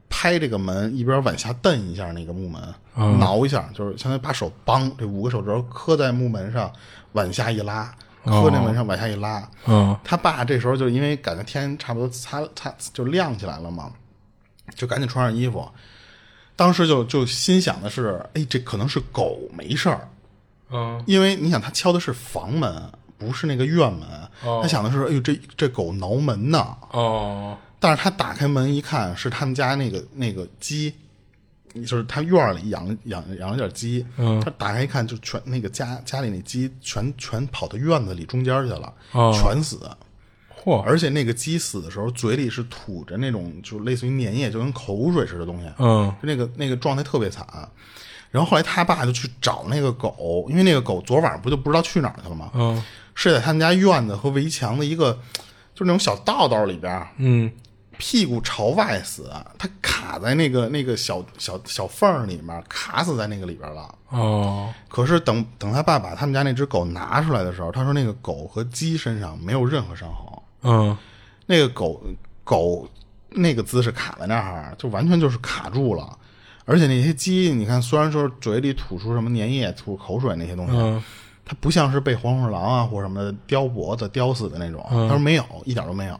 Speaker 2: 拍这个门，一边往下蹬一下那个木门，挠一下，就是相当于把手梆这五个手指头磕在木门上，往下一拉，磕在门上往下一拉。
Speaker 3: 嗯，
Speaker 2: 他爸这时候就因为感觉天差不多擦擦就亮起来了嘛，就赶紧穿上衣服。当时就就心想的是，哎，这可能是狗没事儿，
Speaker 3: 嗯，
Speaker 2: 因为你想，他敲的是房门，不是那个院门。
Speaker 3: 哦
Speaker 2: 他想的是，哎呦，这这狗挠门呢。
Speaker 3: 哦，
Speaker 2: 但是他打开门一看，是他们家那个那个鸡，就是他院儿里养养养了点鸡。
Speaker 3: 嗯
Speaker 2: 他打开一看，就全那个家家里那鸡全全跑到院子里中间去了，
Speaker 3: 哦
Speaker 2: 全死。
Speaker 3: 嚯，
Speaker 2: 而且那个鸡死的时候，嘴里是吐着那种就类似于粘液，就跟口水似的东西。啊
Speaker 3: 嗯，
Speaker 2: 就那个那个状态特别惨。啊然后后来他爸就去找那个狗，因为那个狗昨晚上不就不知道去哪儿去了吗？
Speaker 3: 嗯，
Speaker 2: 是在他们家院子和围墙的一个，就是那种小道道里边儿，
Speaker 3: 嗯，
Speaker 2: 屁股朝外死，它卡在那个那个小小小缝儿里面，卡死在那个里边了。
Speaker 3: 哦，
Speaker 2: 可是等等他爸把他们家那只狗拿出来的时候，他说那个狗和鸡身上没有任何伤痕，
Speaker 3: 嗯，
Speaker 2: 那个狗狗那个姿势卡在那儿，就完全就是卡住了。而且那些鸡，你看，虽然说嘴里吐出什么粘液、吐口水那些东西，
Speaker 3: 嗯
Speaker 2: 它不像是被黄鼠狼啊或什么的叼脖子、叼死的那种。他说没有，一点都没有。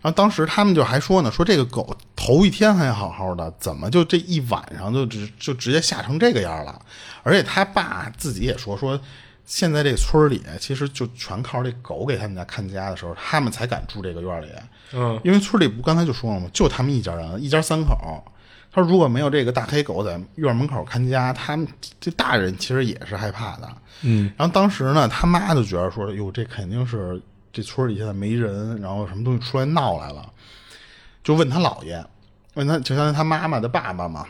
Speaker 2: 然后当时他们就还说呢，说这个狗头一天还好好的，怎么就这一晚上就直就直接吓成这个样了？而且他爸自己也说说，现在这村儿里其实就全靠这狗给他们家看家的时候，他们才敢住这个院儿里。
Speaker 3: 嗯，
Speaker 2: 因为村里不刚才就说了吗？就他们一家人，一家三口。他说如果没有这个大黑狗在院门口看家，他们这大人其实也是害怕的。嗯，然后当时呢，他妈就觉得说，哟，这肯定是这村里现在没人，然后什么东西出来闹来了，就问他姥爷，问他就相当于他妈妈的爸爸嘛，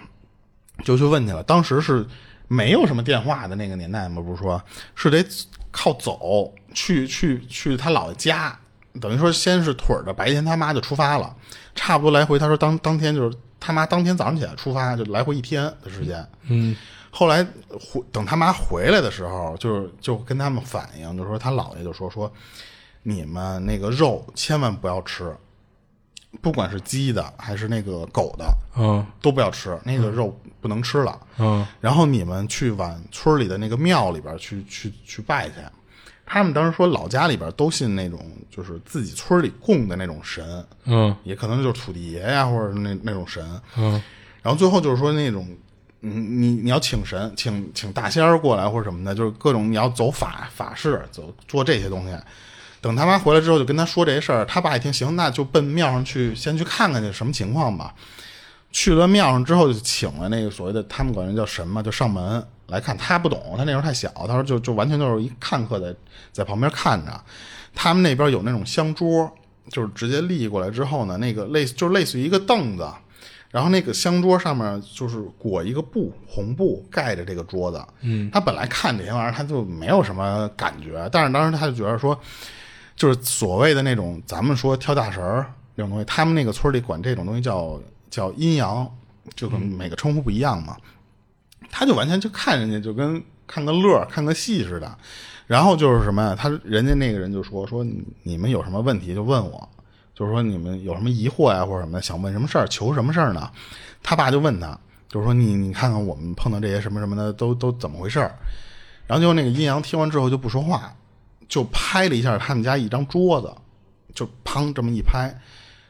Speaker 2: 就去问去了。当时是没有什么电话的那个年代嘛，不是说是得靠走去去去他姥爷家，等于说先是腿儿的，白天他妈就出发了，差不多来回。他说当当天就是他妈当天早上起来出发，就来回一天的时间。嗯，后来回等他妈回来的时候，就是就跟他们反映，就说他姥爷就说说你们那个肉千万不要吃。不管是鸡的还是那个狗的，
Speaker 3: 嗯，
Speaker 2: 都不要吃，那个肉不能吃了。
Speaker 3: 嗯，
Speaker 2: 然后你们去往村里的那个庙里边去去去拜去。他们当时说老家里边都信那种就是自己村里供的那种神，
Speaker 3: 嗯，
Speaker 2: 也可能就是土地爷呀、或者那那种神。
Speaker 3: 嗯，
Speaker 2: 然后最后就是说那种。嗯，你你要请神，请请大仙儿过来或者什么的，就是各种你要走法法事，走做这些东西。等他妈回来之后，就跟他说这事儿。他爸一听，行，那就奔庙上去，先去看看这什么情况吧。去了庙上之后，就请了那个所谓的他们管人叫神嘛，就上门来看。他不懂，他那时候太小，他说就就完全就是一看客在在旁边看着。他们那边有那种香桌，就是直接立过来之后呢，那个类似就是类似于一个凳子，然后那个香桌上面就是裹一个布，红布盖着这个桌子。嗯，他本来看这些玩意儿他就没有什么感觉，但是当时他就觉得说，就是所谓的那种咱们说跳大神儿这种东西，他们那个村里管这种东西叫叫阴阳，就可能每个称呼不一样嘛。他就完全就看人家就跟看个乐儿看个戏似的。然后就是什么呀？他人家那个人就说说你你们有什么问题就问我，就是说你们有什么疑惑呀、或者什么的，想问什么事儿，求什么事儿呢？他爸就问他，就是说你你看看我们碰到这些什么什么的都都怎么回事儿。然后就那个阴阳听完之后就不说话，就拍了一下他们家一张桌子，就砰这么一拍。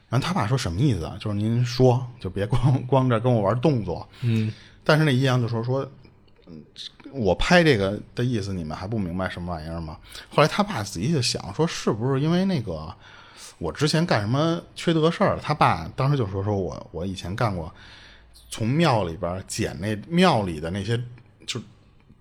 Speaker 2: 然后他爸说什么意思啊？就是您说，就别光光着跟我玩动作。嗯。但是那阴阳就说说我拍这个的意思，你们还不明白什么玩意儿吗？后来他爸仔细就想，说是不是因为那个我之前干什么缺德事儿了？他爸当时就说，说我我以前干过，从庙里边捡那庙里的那些就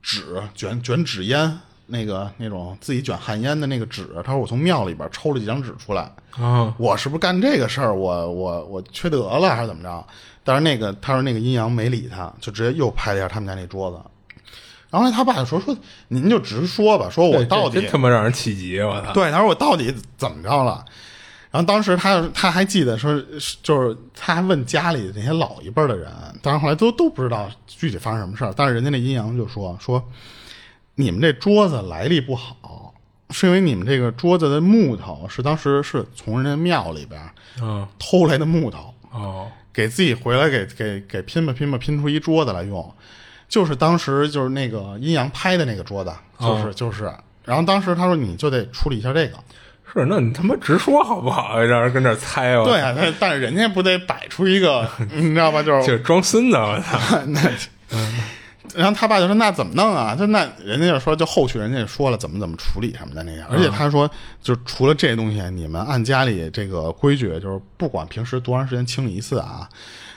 Speaker 2: 纸卷卷纸烟，那个那种自己卷旱烟的那个纸，他说我从庙里边抽了几张纸出来，
Speaker 3: 啊，
Speaker 2: 我是不是干这个事儿，我我我缺德了还是怎么着？但是那个他说那个阴阳没理他，就直接又拍了一下他们家那桌子。然后他爸就说说您就直说吧，说我
Speaker 3: 这
Speaker 2: 到底
Speaker 3: 真他妈让人气急，啊我操！
Speaker 2: 对，他说我到底怎么着了？然后当时他他还记得说，就是他还问家里那些老一辈儿的人，当然后来都都不知道具体发生什么事儿，但是人家那阴阳就说说，你们这桌子来历不好，是因为你们这个桌子的木头是当时是从人家庙里边儿
Speaker 3: 嗯，
Speaker 2: 偷来的木头，
Speaker 3: 哦，
Speaker 2: 给自己回来给给给拼吧拼吧拼出一桌子来用，就是当时就是那个阴阳拍的那个桌子，就是、就是，然后当时他说你就得处理一下这个，
Speaker 3: 是，那你他妈直说好不好？让人跟这儿猜我，
Speaker 2: 对，啊，但但是人家不得摆出一 个，你知道吧？就是
Speaker 3: 就装孙子，啊我操！
Speaker 2: 那，嗯然后他爸就说：“那怎么弄啊？就那人家就说，就后续人家也说了怎么怎么处理什么的那些。而且他说，就除了这东西，你们按家里这个规矩，就是不管平时多长时间清理一次啊，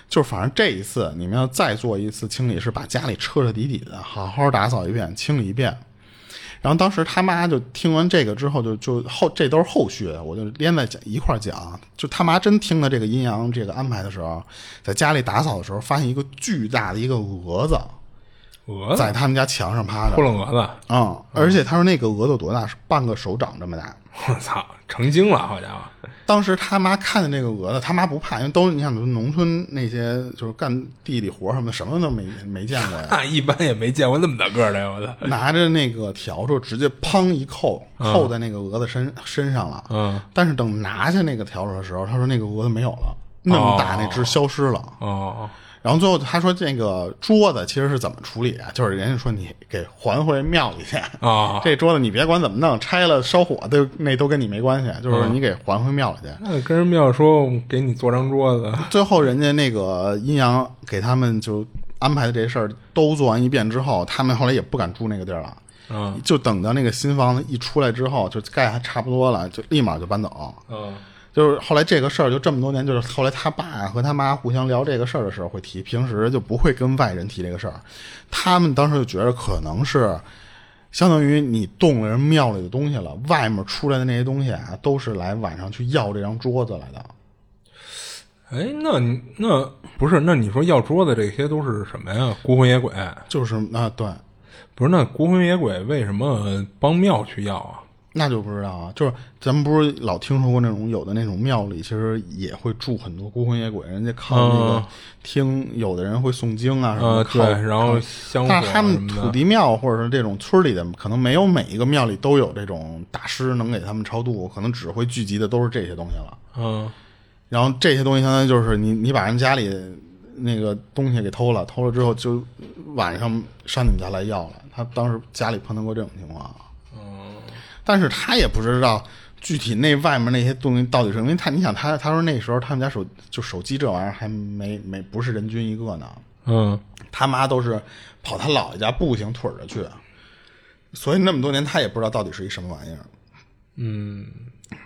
Speaker 2: 就是反正这一次你们要再做一次清理，是把家里彻彻底底的好好打扫一遍，清理一遍。”然后当时他妈就听完这个之后就，就后这都是后续，我就连在讲一块儿讲。就他妈真听了这个阴阳这个安排的时候，在家里打扫的时候，发现一个巨大的一个蛾子
Speaker 3: 蛾子，
Speaker 2: 在他们家墙上趴着
Speaker 3: 扑。棱蛾子，
Speaker 2: 嗯，而且他说那个蛾子有多大，是半个手掌这么大。
Speaker 3: 我操，成精了，好家伙！
Speaker 2: 当时他妈看见这个蛾子，他妈不怕，因为都是你想农村那些就是干地里活什么的，什么都没没见过呀。
Speaker 3: 那一般也没见过那么大个儿的，我操！
Speaker 2: 拿着那个笤帚直接砰一扣，扣在那个蛾子身、身上了。
Speaker 3: 嗯，
Speaker 2: 但是等拿下那个笤帚的时候，他说那个蛾子没有了，那么大那只消失了。
Speaker 3: 哦，
Speaker 2: 然后最后他说这个桌子其实是怎么处理啊？就是人家说你给还回庙里去。
Speaker 3: 哦
Speaker 2: 这桌子你别管怎么弄，拆了烧火都那都跟你没关系，啊就是你给还回庙里去。
Speaker 3: 那跟人庙说，我给你做张桌子，
Speaker 2: 最后人家那个阴阳给他们就安排的这事儿都做完一遍之后，他们后来也不敢住那个地儿了。
Speaker 3: 嗯
Speaker 2: 就等到那个新房子一出来之后，就盖还差不多了，就立马就搬走。
Speaker 3: 嗯，
Speaker 2: 就是后来这个事儿，就这么多年，就是后来他爸和他妈互相聊这个事儿的时候会提，平时就不会跟外人提这个事儿。他们当时就觉得可能是相当于你动了人庙里的东西了，外面出来的那些东西啊，都是来晚上去要这张桌子来的。
Speaker 3: 哎，那你那不是？那你说要桌子这些都是什么呀？孤魂野鬼？
Speaker 2: 就是啊，对，
Speaker 3: 不是？那孤魂野鬼为什么帮庙去要啊？
Speaker 2: 那就不知道啊，就是咱们不是老听说过那种有的那种庙里，其实也会住很多孤魂野鬼，人家靠那个、
Speaker 3: 嗯
Speaker 2: 听，有的人会诵经啊什么的，
Speaker 3: 呃，
Speaker 2: 靠
Speaker 3: 对，然后
Speaker 2: 靠
Speaker 3: 香火
Speaker 2: 但是他
Speaker 3: 什
Speaker 2: 们
Speaker 3: 么
Speaker 2: 土
Speaker 3: 的，
Speaker 2: 地庙或者是这种村里的，可能没有每一个庙里都有这种大师能给他们超度，可能只会聚集的都是这些东西了。
Speaker 3: 嗯，
Speaker 2: 然后这些东西相当于就是你你把人家里那个东西给偷了，偷了之后就晚上上你们家来要了。他当时家里碰到过这种情况，啊但是他也不知道具体那外面那些东西到底是因为他，你想他他说那时候他们家手就手机这玩意儿还没没不是人均一个呢，
Speaker 3: 嗯，
Speaker 2: 他妈都是跑他姥爷家步行腿儿着去，所以那么多年他也不知道到底是一什么玩意儿。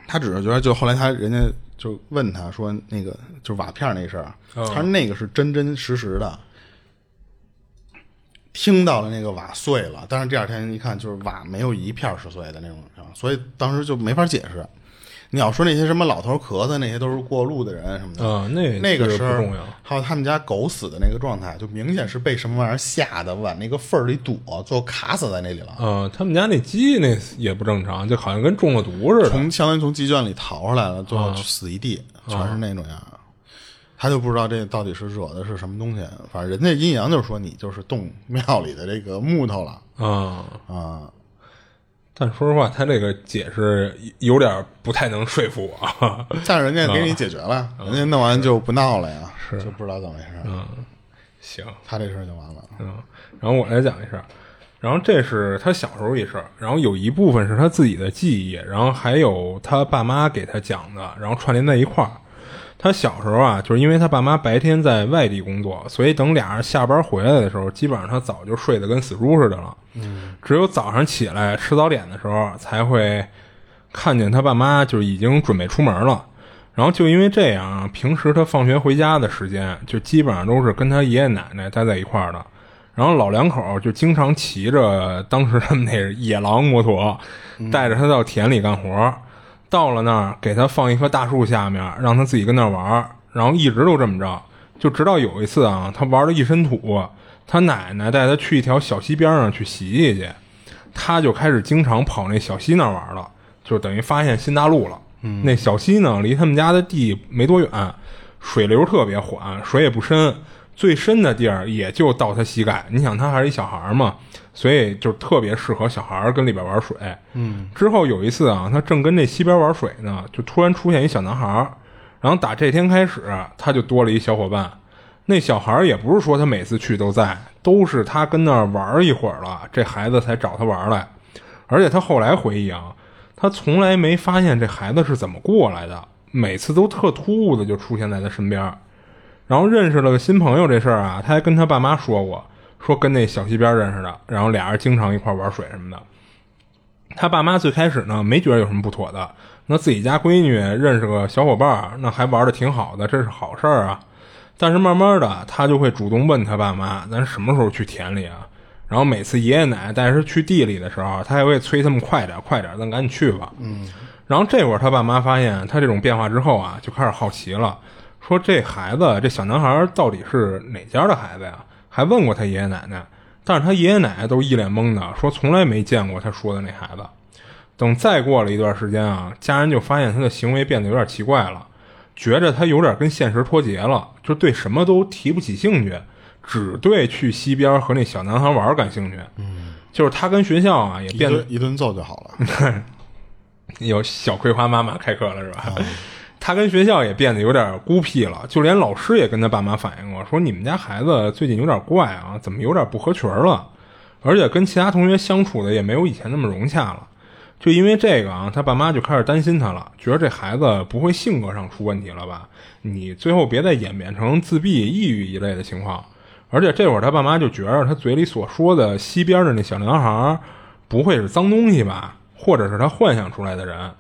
Speaker 2: 他只是觉得，就后来他人家就问他说，那个就是瓦片儿那事儿，他说那个是真真实实的，听到了那个瓦碎了，但是第二天一看，就是瓦没有一片儿是碎的那种，所以当时就没法解释。你要说那些什么老头咳嗽，那些都是过路的人什么的，
Speaker 3: 啊那
Speaker 2: 那个
Speaker 3: 这
Speaker 2: 时
Speaker 3: 个不
Speaker 2: 候
Speaker 3: 重要
Speaker 2: 还有他们家狗死的那个状态，就明显是被什么玩意儿吓得往那个缝儿里躲，最后卡死在那里了。
Speaker 3: 呃，他们家那鸡那也不正常，就好像跟中了毒似的。啊
Speaker 2: 从相当于从鸡圈里逃出来了，最后死一地，全是那种样儿。他就不知道这到底是惹的是什么东西，反正人家阴阳就是说你就是动庙里的这个木头了
Speaker 3: 啊、
Speaker 2: 啊。
Speaker 3: 但说实话，他这个解释有点不太能说服我。
Speaker 2: 但是人家给
Speaker 3: 啊
Speaker 2: 你解决了，人家弄完就不闹了呀，就不知道怎么回事。
Speaker 3: 啊行，
Speaker 2: 他这事儿就完了。
Speaker 3: 嗯，然后我来讲一事儿，然后这是他小时候一事儿，然后有一部分是他自己的记忆，然后还有他爸妈给他讲的，然后串联在一块儿。他小时候啊，就是因为他爸妈白天在外地工作，所以等俩人下班回来的时候，基本上他早就睡得跟死猪似的了。嗯，只有早上起来吃早点的时候，才会看见他爸妈就是已经准备出门了。然后就因为这样，啊平时他放学回家的时间就基本上都是跟他爷爷奶奶待在一块儿的。然后老两口就经常骑着当时他们那是野狼摩托，带着他到田里干活儿。到了那儿，给他放一棵大树下面，让他自己跟那儿玩儿。然后一直都这么着，就直到有一次啊，他玩了一身土，他奶奶带他去一条小溪边上去洗洗去，他就开始经常跑那小溪那儿玩了，就等于发现新大陆了。嗯，那小溪呢，离他们家的地没多远，水流特别缓，水也不深，最深的地儿也就到他膝盖。你想，他还是一小孩儿嘛，所以就特别适合小孩儿跟里边玩水。嗯，之后有一次啊，他正跟这溪边玩水呢，就突然出现一小男孩儿，然后打这天开始，他就多了一小伙伴。那小孩儿也不是说他每次去都在，都是他跟那儿玩儿一会儿了，这孩子才找他玩儿来。而且他后来回忆啊，他从来没发现这孩子是怎么过来的，每次都特突兀的就出现在他身边儿。然后认识了个新朋友这事儿啊，他还跟他爸妈说过，说跟那小溪边儿认识的，然后俩人经常一块儿玩水什么的。他爸妈最开始呢没觉得有什么不妥的，那自己家闺女认识个小伙伴儿，那还玩的挺好的，这是好事儿啊。但是慢慢的，他就会主动问他爸妈：“咱什么时候去田里啊？”然后每次爷爷奶奶带着他去地里的时候，他还会催他们快点，快点，咱赶紧去吧。嗯。然后这会儿他爸妈发现他这种变化之后啊，就开始好奇了，说这孩子这小男孩到底是哪家的孩子呀？还问过他爷爷奶奶，但是他爷爷奶奶都一脸懵的，说从来没见过他说的那孩子。等再过了一段时间啊，家人就发现他的行为变得有点奇怪了，觉着他有点跟现实脱节了，就对什么都提不起兴趣，只对去溪边和那小男孩玩儿感兴趣。嗯，就是他跟学校啊也
Speaker 2: 一
Speaker 3: 变得
Speaker 2: 顿一顿揍就好了。
Speaker 3: 有小葵花妈妈开课了是 吧？他跟学校也变得有点孤僻了，就连老师也跟他爸妈反映过，说你们家孩子最近有点怪啊，怎么有点不合群了？而且跟其他同学相处的也没有以前那么融洽了。就因为这个啊，他爸妈就开始担心他了，觉得这孩子不会性格上出问题了吧？你最后别再演变成自闭、抑郁一类的情况。而且这会儿他爸妈就觉着他嘴里所说的西边的那小男孩儿不会是脏东西吧，或者是他幻想出来的人。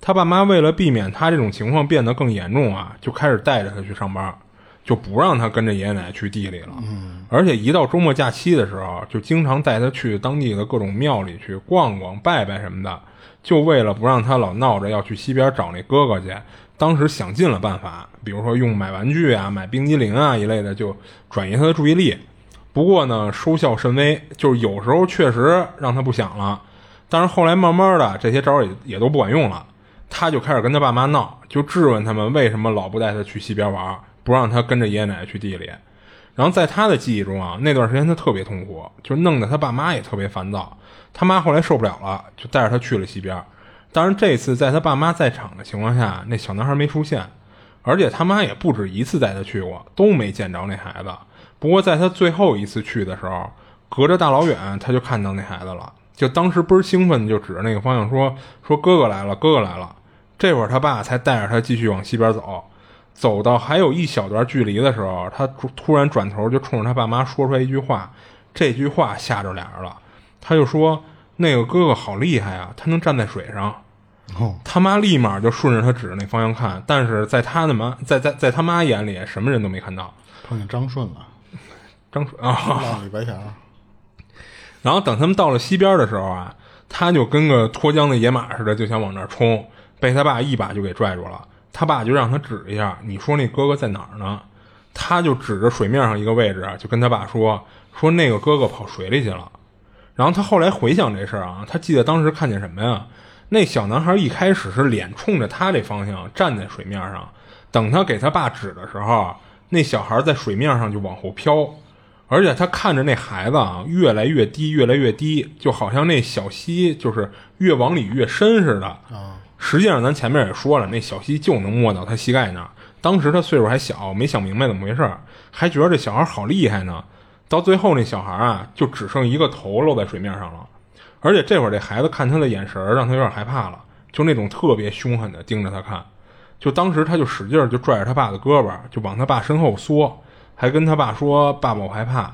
Speaker 3: 他爸妈为了避免他这种情况变得更严重啊，就开始带着他去上班，就不让他跟着爷爷奶奶去地里了。嗯，而且一到周末假期的时候，就经常带他去当地的各种庙里去逛逛、拜拜什么的，就为了不让他老闹着要去西边找那哥哥去。当时想尽了办法，比如说用买玩具啊、买冰激凌啊一类的，就转移他的注意力。不过呢，收效甚微，就是有时候确实让他不想了，但是后来慢慢的这些招儿也也都不管用了，他就开始跟他爸妈闹，就质问他们为什么老不带他去西边玩儿，不让他跟着爷爷奶奶去地里。然后在他的记忆中啊，那段时间他特别痛苦，就弄得他爸妈也特别烦躁。他妈后来受不了了，就带着他去了西边儿。当然，这次在他爸妈在场的情况下，那小男孩没出现，而且他妈也不止一次带他去过，都没见着那孩子。不过在他最后一次去的时候，隔着大老远他就看到那孩子了，就当时倍儿兴奋，就指着那个方向说：“说哥哥来了，哥哥来了。”这会儿他爸才带着他继续往西边走，走到还有一小段距离的时候，他突突然转头就冲着他爸妈说出来一句话，这句话吓着俩人了，他就说：“那个哥哥好厉害啊，他能站在水上。”
Speaker 2: 哦，
Speaker 3: 他妈立马就顺着他指的那方向看，但是在他的妈在在在他妈眼里，什么人都没看到。
Speaker 2: 碰见张顺了，
Speaker 3: 张顺啊，
Speaker 2: 浪里白条，
Speaker 3: 然后等他们到了西边的时候啊，他就跟个脱缰的野马似的，就想往那儿冲，被他爸一把就给拽住了。他爸就让他指一下，你说那哥哥在哪儿呢？他就指着水面上一个位置，啊就跟他爸说说那个哥哥跑水里去了。然后他后来回想这事儿啊，他记得当时看见什么呀？那小男孩一开始是脸冲着他这方向站在水面上，等他给他爸指的时候，那小孩在水面上就往后飘，而且他看着那孩子啊越来越低，越来越低，就好像那小溪就是越往里越深似的。实际上，咱前面也说了，那小溪就能没到他膝盖那儿。当时他岁数还小，没想明白怎么回事儿，还觉得这小孩好厉害呢。到最后，那小孩啊，就只剩一个头露在水面上了。而且这会儿这孩子看他的眼神儿，让他有点害怕了，就那种特别凶狠的盯着他看。就当时他就使劲儿就拽着他爸的胳膊，就往他爸身后缩，还跟他爸说：“爸爸，我害怕。”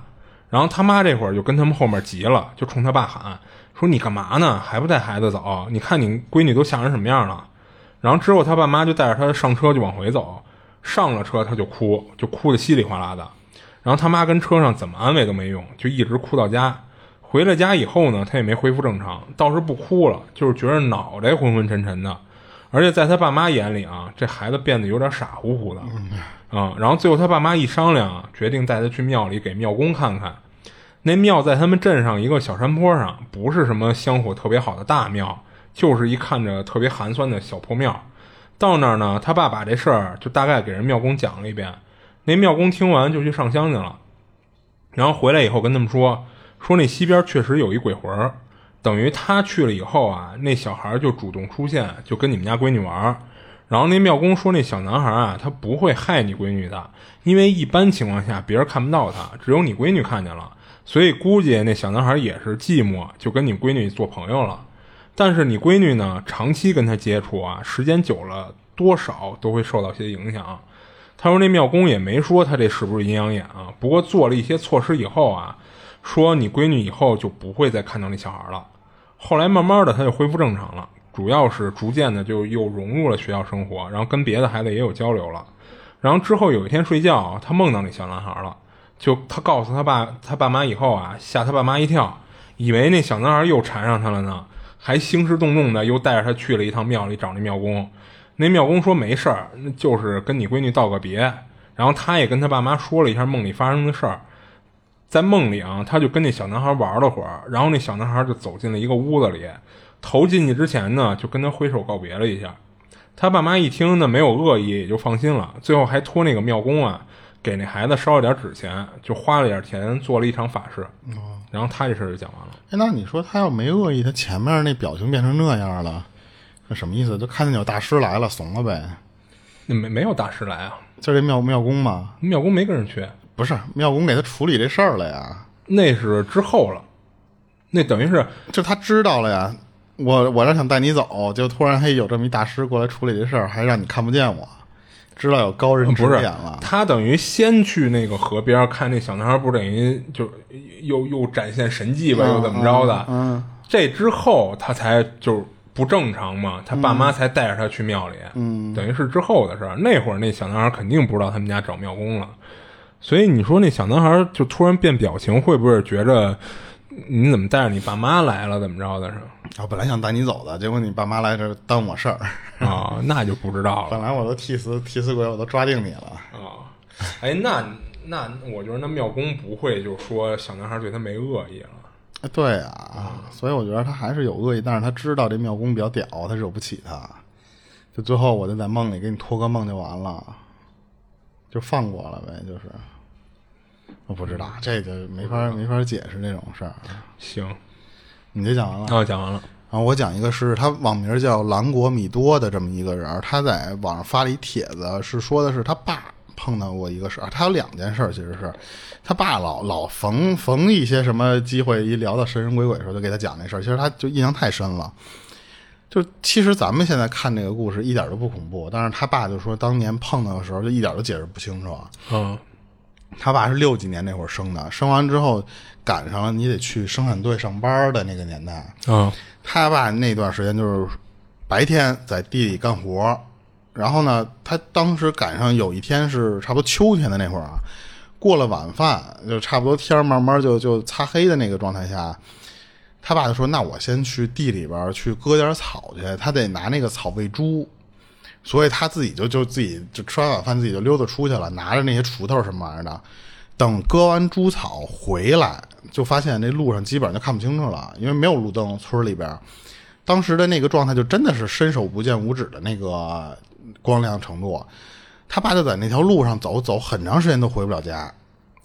Speaker 3: 然后他妈这会儿就跟他们后面急了，就冲他爸喊说：“你干嘛呢？还不带孩子走？你看你闺女都吓成什么样了！”然后之后他爸妈就带着他上车就往回走，上了车他就哭，就哭得稀里哗啦的。然后他妈跟车上怎么安慰都没用，就一直哭到家。回了家以后呢，他也没恢复正常，倒是不哭了，就是觉得脑袋昏昏沉沉的。而且在他爸妈眼里啊，这孩子变得有点傻乎乎的，啊、然后最后他爸妈一商量啊，决定带他去庙里给庙公看看。那庙在他们镇上一个小山坡上，不是什么香火特别好的大庙，就是一看着特别寒酸的小破庙。到那儿呢，他爸把这事儿就大概给人庙公讲了一遍，那庙公听完就去上香去了。然后回来以后跟他们说，说那西边确实有一鬼魂儿，等于他去了以后啊，那小孩儿就主动出现，就跟你们家闺女玩儿。然后那庙公说，那小男孩儿啊，他不会害你闺女的，因为一般情况下别人看不到他，只有你闺女看见了，所以估计那小男孩儿也是寂寞，就跟你闺女做朋友了。但是你闺女呢，长期跟他接触啊，时间久了，多少都会受到些影响。他说那庙公也没说他这是不是阴阳眼啊，不过做了一些措施以后啊，说你闺女以后就不会再看到那小孩了。后来慢慢的他就恢复正常了，主要是逐渐的就又融入了学校生活，然后跟别的孩子也有交流了。然后之后有一天睡觉，他梦到那小男孩了，就他告诉他爸他爸妈以后啊，吓他爸妈一跳，以为那小男孩又缠上他了呢，还兴师动众的又带着他去了一趟庙里找那庙公。那庙公说没事儿，那就是跟你闺女道个别。然后他也跟他爸妈说了一下梦里发生的事儿，在梦里啊，他就跟那小男孩玩了会儿，然后那小男孩就走进了一个屋子里，头进去之前呢，就跟他挥手告别了一下。他爸妈一听呢，没有恶意，也就放心了。最后还托那个庙公啊，给那孩子烧了点纸钱，就花了点钱做了一场法事。然后他这事儿就讲完了。
Speaker 2: 哎，那你说他要没恶意，他前面那表情变成那样了，那什么意思？就看见有大师来了，怂了呗？
Speaker 3: 那没没有大师来啊？
Speaker 2: 就是这庙庙公嘛，
Speaker 3: 庙公没跟人去，
Speaker 2: 不是庙公给他处理这事儿了呀，
Speaker 3: 那是之后了。那等于是
Speaker 2: 就他知道了呀。我我这想带你走，就突然嘿有这么一大师过来处理这事儿，还让你看不见我，知道有高人指
Speaker 3: 不是啊
Speaker 2: 点了。
Speaker 3: 他等于先去那个河边看那小男孩，不是等于就又又展现神迹吧，又怎么着的？嗯，这之后他才就是不正常嘛，他爸妈才带着他去庙里，嗯，等于是之后的事儿。那会儿那小男孩肯定不知道他们家找庙公了，所以你说那小男孩就突然变表情，会不会觉着你怎么带着你爸妈来了，怎么着的是
Speaker 2: 我哦本来想带你走的，结果你爸妈来这儿耽误我事儿。
Speaker 3: 啊、那就不知道
Speaker 2: 本
Speaker 3: 了
Speaker 2: 来我都替死替死鬼，我都抓定你了。
Speaker 3: 啊、哎，那那我觉得那庙公不会就说小男孩对他没恶意了。
Speaker 2: 哎对啊，所以我觉得他还是有恶意，但是他知道这庙公比较屌，他惹不起他。就最后我就在梦里给你托个梦就完了，就放过了呗，就是。我不知道，这就没法没法解释这种事儿。啊
Speaker 3: 行，
Speaker 2: 你这讲完了
Speaker 3: 那我啊讲完了。
Speaker 2: 然后我讲一个是他网名叫兰国米多的这么一个人儿，他在网上发了一帖子，是说的是他爸碰到过一个事儿，他有两件事儿，其实是他爸老老逢逢一些什么机会，一聊到神神鬼鬼的时候，就给他讲那事儿，其实他就印象太深了。就其实咱们现在看这个故事一点都不恐怖，但是他爸就说当年碰到的时候就一点都解释不清楚。啊
Speaker 3: 嗯，
Speaker 2: 他爸是六几年那会儿生的，生完之后赶上了你得去生产队上班的那个年代。
Speaker 3: 啊
Speaker 2: 他爸那段时间就是白天在地里干活，然后呢，他当时赶上有一天是差不多秋天的那会儿啊，过了晚饭，就差不多天儿慢慢就就擦黑的那个状态下，他爸就说：“那我先去地里边儿去割点草去，他得拿那个草喂猪。”所以他自己就就自己就吃完晚饭自己就溜达出去了，拿着那些锄头什么玩意儿的。等割完猪草回来，就发现这路上基本上就看不清楚了，因为没有路灯，村里边。当时的那个状态就真的是伸手不见五指的那个光亮程度。他爸就在那条路上走走，很长时间都回不了家。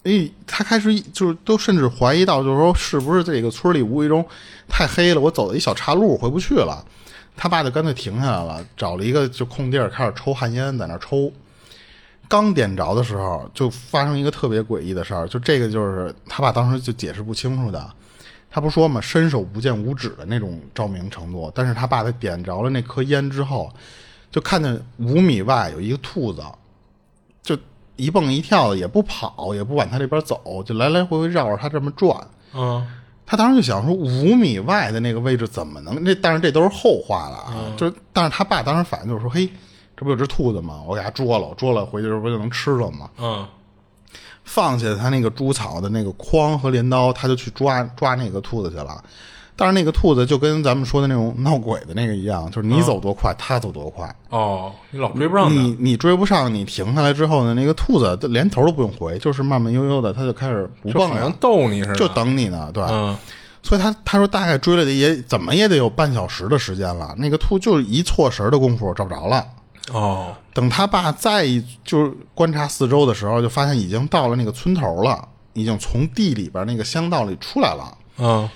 Speaker 2: 诶，他开始就是都甚至怀疑到，就是说是不是这个村里无意中太黑了，我走了一小岔路回不去了。他爸就干脆停下来了，找了一个就空地儿开始抽旱烟，在那儿抽。刚点着的时候，就发生一个特别诡异的事儿，就这个就是他爸当时就解释不清楚的。他不说嘛，伸手不见五指的那种照明程度。但是他爸在点着了那颗烟之后，就看见五米外有一个兔子，就一蹦一跳的，也不跑，也不往他这边走，就来来回回绕着他这么转。
Speaker 3: 嗯，
Speaker 2: 他当时就想说，五米外的那个位置怎么能？那但是这都是后话了啊。就是，但是他爸当时反应就是说，嘿，这不有只兔子吗？我给它捉了，我捉了回去不就能吃了吗？
Speaker 3: 嗯，
Speaker 2: 放下他那个猪草的那个筐和镰刀，他就去抓抓那个兔子去了。但是那个兔子就跟咱们说的那种闹鬼的那个一样，就是你走多快，它走多快。
Speaker 3: 哦，你老追不上他，
Speaker 2: 你你追不上，你停下来之后呢，那个兔子就连头都不用回，就是慢慢悠悠的，它就开始不
Speaker 3: 就
Speaker 2: 蹦
Speaker 3: 好
Speaker 2: 了
Speaker 3: 像，逗你似的，
Speaker 2: 就等你呢，对。
Speaker 3: 嗯
Speaker 2: 所以他他说大概追了得也怎么也得有半小时的时间了，那个兔就是一错神儿的功夫找不着了。
Speaker 3: 哦，
Speaker 2: 等他爸再一就是观察四周的时候，就发现已经到了那个村头了，已经从地里边那个乡道里出来了。
Speaker 3: 嗯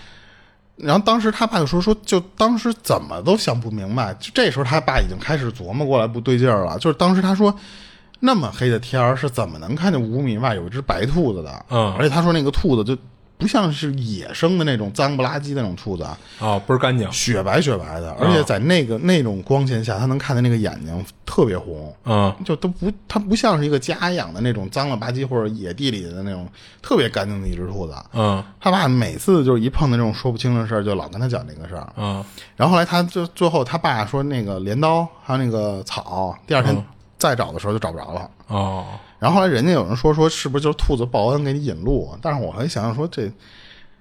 Speaker 2: 然后当时他爸就说说，就当时怎么都想不明白。就这时候他爸已经开始琢磨过来不对劲儿了，就是当时他说。那么黑的天儿是怎么能看见五米外有一只白兔子的？
Speaker 3: 嗯
Speaker 2: 而且他说那个兔子就不像是野生的那种脏不拉几的那种兔子啊，
Speaker 3: 哦，倍儿干净，
Speaker 2: 雪白雪白的，而且在那个那种光线下，他能看见那个眼睛特别红，
Speaker 3: 嗯
Speaker 2: 就都不，它不像是一个家养的那种脏了吧唧或者野地里的那种特别干净的一只兔子。
Speaker 3: 嗯
Speaker 2: 他爸每次就是一碰到这种说不清的事儿，就老跟他讲这个事儿。
Speaker 3: 嗯
Speaker 2: 然后后来他就最后他爸说那个镰刀还有那个草，第二天再找的时候就找不着了。
Speaker 3: 哦，
Speaker 2: 然后后来人家有人说说是不是就是兔子报恩给你引路？啊但是我还想想说这，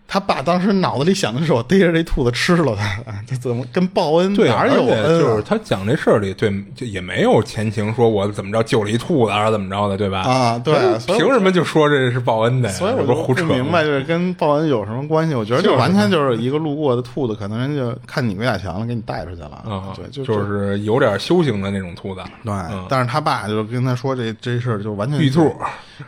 Speaker 2: 他爸当时脑子里想的是我逮着这兔子吃了它， 这怎么跟报恩
Speaker 3: 对，
Speaker 2: 哪
Speaker 3: 而
Speaker 2: 儿有恩、
Speaker 3: 且
Speaker 2: 啊？
Speaker 3: 就是他讲这事儿里，对，就也没有前情，说我怎么着救了一兔子，还是怎么着的，对吧？
Speaker 2: 啊对啊
Speaker 3: 哎
Speaker 2: 所以
Speaker 3: 凭什么就说这是报恩的呀？
Speaker 2: 所以我
Speaker 3: 这不
Speaker 2: 就是
Speaker 3: 胡扯
Speaker 2: 不
Speaker 3: 吗
Speaker 2: 明白，就是跟报恩有什么关系？我觉得
Speaker 3: 就
Speaker 2: 就是完全就是一个路过的兔子，可能人家就看你鬼打墙了，给你带出去了。
Speaker 3: 啊，
Speaker 2: 对，嗯就
Speaker 3: 就。是有点修行的那种兔子，
Speaker 2: 对，
Speaker 3: 嗯
Speaker 2: 但是他爸就跟他说这这事儿就完全
Speaker 3: 玉兔，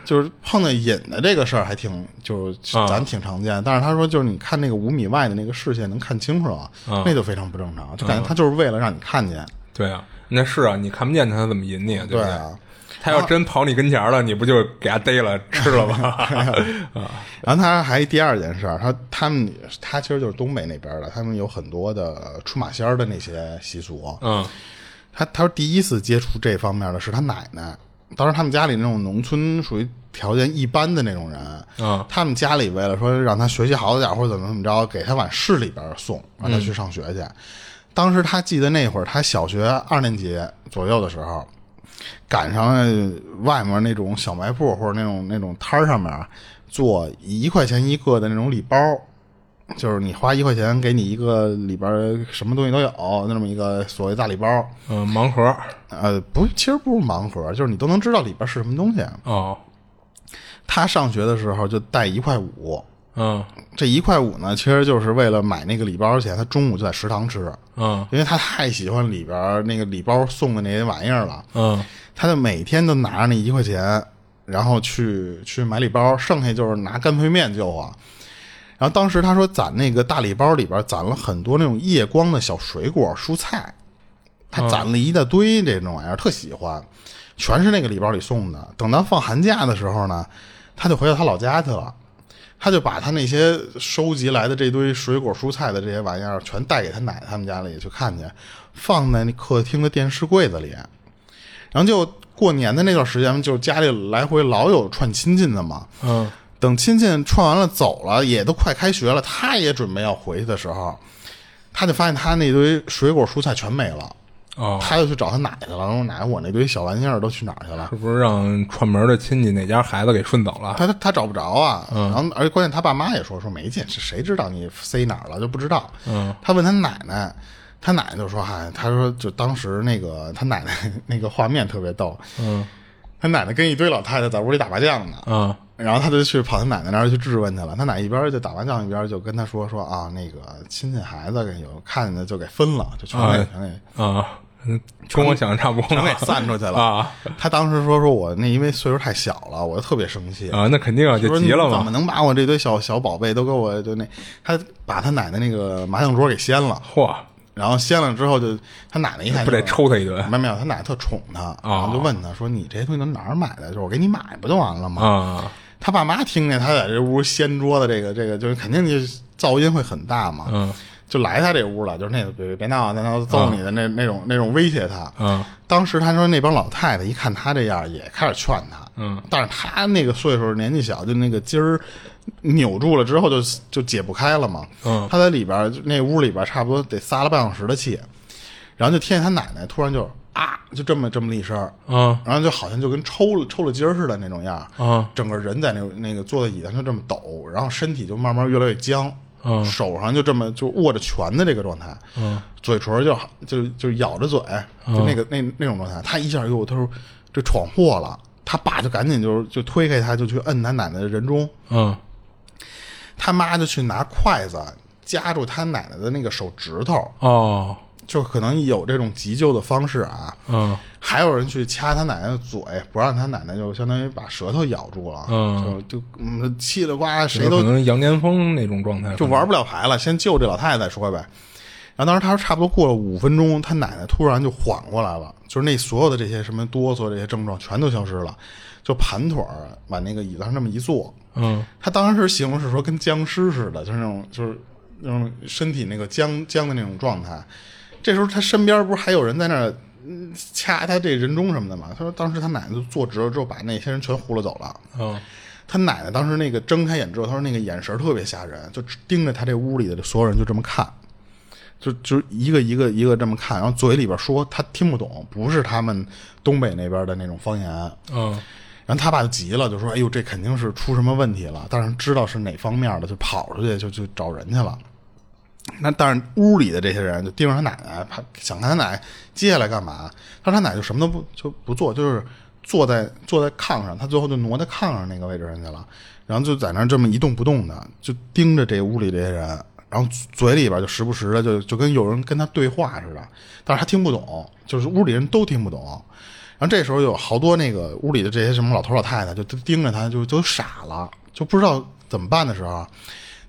Speaker 2: 就是碰见瘾的这个事儿还挺就是
Speaker 3: 啊
Speaker 2: 咱挺常见，但是他说就是你看那个五米外的那个视线能看清楚了，
Speaker 3: 啊嗯
Speaker 2: 那就非常不正常，就感觉他就是为了让你看见。
Speaker 3: 对啊，那是啊，你看不见他，他怎么引你啊？对不对？
Speaker 2: 对啊
Speaker 3: 他要真跑你跟前儿了，你不就给他逮了吃了吗？ 啊，
Speaker 2: 然后他还第二件事儿，他他们他其实就是东北那边儿的，他们有很多的出马仙儿的那些习俗，
Speaker 3: 嗯
Speaker 2: 他他说第一次接触这方面的是他奶奶，当时他们家里那种农村属于条件一般的那种人，
Speaker 3: 嗯
Speaker 2: 他们家里为了说让他学习好点儿或者怎么怎么着，给他往市里边送，让他去上学去。当时他记得那会儿他小学二年级左右的时候，赶上了外面那种小卖铺或者那种那种摊儿上面做一块钱一个的那种礼包，就是你花一块钱给你一个里边儿什么东西都有那么一个所谓大礼包。
Speaker 3: 嗯，盲盒
Speaker 2: 呃，不，其实不是盲盒，就是你都能知道里边是什么东西。啊
Speaker 3: 哦，
Speaker 2: 他上学的时候就带一块五，
Speaker 3: 嗯
Speaker 2: 这一块五呢，其实就是为了买那个礼包钱，他中午就在食堂吃，
Speaker 3: 嗯
Speaker 2: 因为他太喜欢里边那个礼包送的那些玩意儿了，
Speaker 3: 嗯
Speaker 2: 他就每天都拿着那一块钱，然后去去买礼包，剩下就是拿干脆面就啊。然后当时他说攒那个大礼包里边攒了很多那种夜光的小水果、蔬菜，他攒了一大堆这种玩意儿，特喜欢，全是那个礼包里送的。等到放寒假的时候呢，他就回到他老家去了，他就把他那些收集来的这堆水果、蔬菜的这些玩意儿全带给他奶他们家里去看去，放在那客厅的电视柜子里。然后就过年的那段时间，就家里来回老有串亲戚的嘛。
Speaker 3: 嗯
Speaker 2: 等亲戚串完了走了，也都快开学了，他也准备要回去的时候，他就发现他那堆水果蔬菜全没了，
Speaker 3: 哦，
Speaker 2: 他就去找他奶奶了，然后奶奶我那堆小玩意儿都去哪儿去了
Speaker 3: 是？不是让串门的亲戚哪家孩子给顺走了？
Speaker 2: 他他他找不着啊，然后而且关键他爸妈也说说没劲，是谁知道你塞哪儿了就不知道。嗯，他问他奶奶，他奶奶就说嗨、他说就当时那个他奶奶那个画面特别逗，嗯，他奶奶跟一堆老太太在屋里打麻将呢，
Speaker 3: 嗯，
Speaker 2: 然后他就去跑他奶奶那儿去质问去了。他奶奶一边就打麻将一边就跟他说说啊，那个亲戚孩子给有看见的就给分了，就全给
Speaker 3: 啊
Speaker 2: 全给
Speaker 3: 啊，嗯跟我想的差不多
Speaker 2: 哎 全给散出去了
Speaker 3: 啊。
Speaker 2: 他当时说说我那因为岁数太小了，我就特别生气，
Speaker 3: 啊，那肯定啊，就
Speaker 2: 说
Speaker 3: 急
Speaker 2: 你
Speaker 3: 了
Speaker 2: 怎么
Speaker 3: 嘛。
Speaker 2: 能把我这堆小小宝贝都给我就那他把他奶奶那个麻将桌给掀了，
Speaker 3: 嚯，
Speaker 2: 然后掀了之后就他奶奶一看
Speaker 3: 不得
Speaker 2: 就
Speaker 3: 抽他哦一顿
Speaker 2: 没有没有，他奶奶特宠他，然后就问他说你这些东西都哪儿买的？就是我给你买不就完了吗？
Speaker 3: 啊！
Speaker 2: 他爸妈听见他在这屋掀桌子，这个这个就是肯定就噪音会很大嘛，
Speaker 3: 嗯，
Speaker 2: 就来他这屋了，就是那个别别闹啊，再闹揍你的那、那种那种威胁他，
Speaker 3: 嗯，
Speaker 2: 当时他说那帮老太太一看他这样，也开始劝他，嗯，但是他那个岁数年纪小，就那个筋儿扭住了之后就就解不开了嘛，
Speaker 3: 嗯
Speaker 2: 他在里边儿就那屋里边儿差不多得撒了半小时的气，然后就听见他奶奶突然就啊就这么这么一声儿，
Speaker 3: 啊
Speaker 2: 然后就好像就跟抽了抽了筋儿似的那种样儿，
Speaker 3: 啊
Speaker 2: 整个人在那那个坐在椅子上就这么抖，然后身体就慢慢越来越僵，
Speaker 3: 嗯
Speaker 2: 手上就这么就握着拳的这个状态，嗯，嘴唇儿就就就咬着嘴，就那个、那那种状态。他一下又他说这闯祸了，他爸就赶紧就就推开他，就去摁他奶奶的人中，
Speaker 3: 嗯
Speaker 2: 他妈就去拿筷子夹住他奶奶的那个手指头，
Speaker 3: 哦
Speaker 2: 就可能有这种急救的方式啊，
Speaker 3: 嗯
Speaker 2: 还有人去掐他奶奶的嘴，不让他奶奶就相当于把舌头咬住了，
Speaker 3: 嗯
Speaker 2: 就就嗯气得呱，谁
Speaker 3: 有可
Speaker 2: 都
Speaker 3: 能羊癫疯那种状态，
Speaker 2: 就玩不了牌了，先救这老太太再说呗。然后当时他说差不多过了五分钟，他奶奶突然就缓过来了，就是那所有的这些什么哆嗦这些症状全都消失了，就盘腿儿往那个椅子上这么一坐。
Speaker 3: 嗯
Speaker 2: 他当时形容是说跟僵尸似的，就是那种就是那种身体那个僵僵的那种状态。这时候他身边不是还有人在那儿嗯掐他这人中什么的嘛？他说当时他奶奶就坐直了之后，把那些人全糊了走了。
Speaker 3: 嗯
Speaker 2: 他奶奶当时那个睁开眼之后，他说那个眼神特别吓人，就盯着他这屋里的所有人就这么看，就就一个一个一个这么看，然后嘴里边说他听不懂，不是他们东北那边的那种方言。
Speaker 3: 嗯
Speaker 2: 然后他爸就急了，就说：“哎呦，这肯定是出什么问题了！”但是知道是哪方面的，就跑出去就去找人去了。那但是屋里的这些人就盯着他奶奶，怕想看他奶奶接下来干嘛。但是他奶奶就什么都不就不做，就是坐在坐在炕上，他最后就挪到炕上那个位置上去了，然后就在那儿这么一动不动的，就盯着这屋里这些人，然后嘴里边就时不时的就就跟有人跟他对话似的，但是他听不懂，就是屋里人都听不懂。然后这时候有好多那个屋里的这些什么老头老太太就都盯着他，就都傻了，就不知道怎么办的时候，啊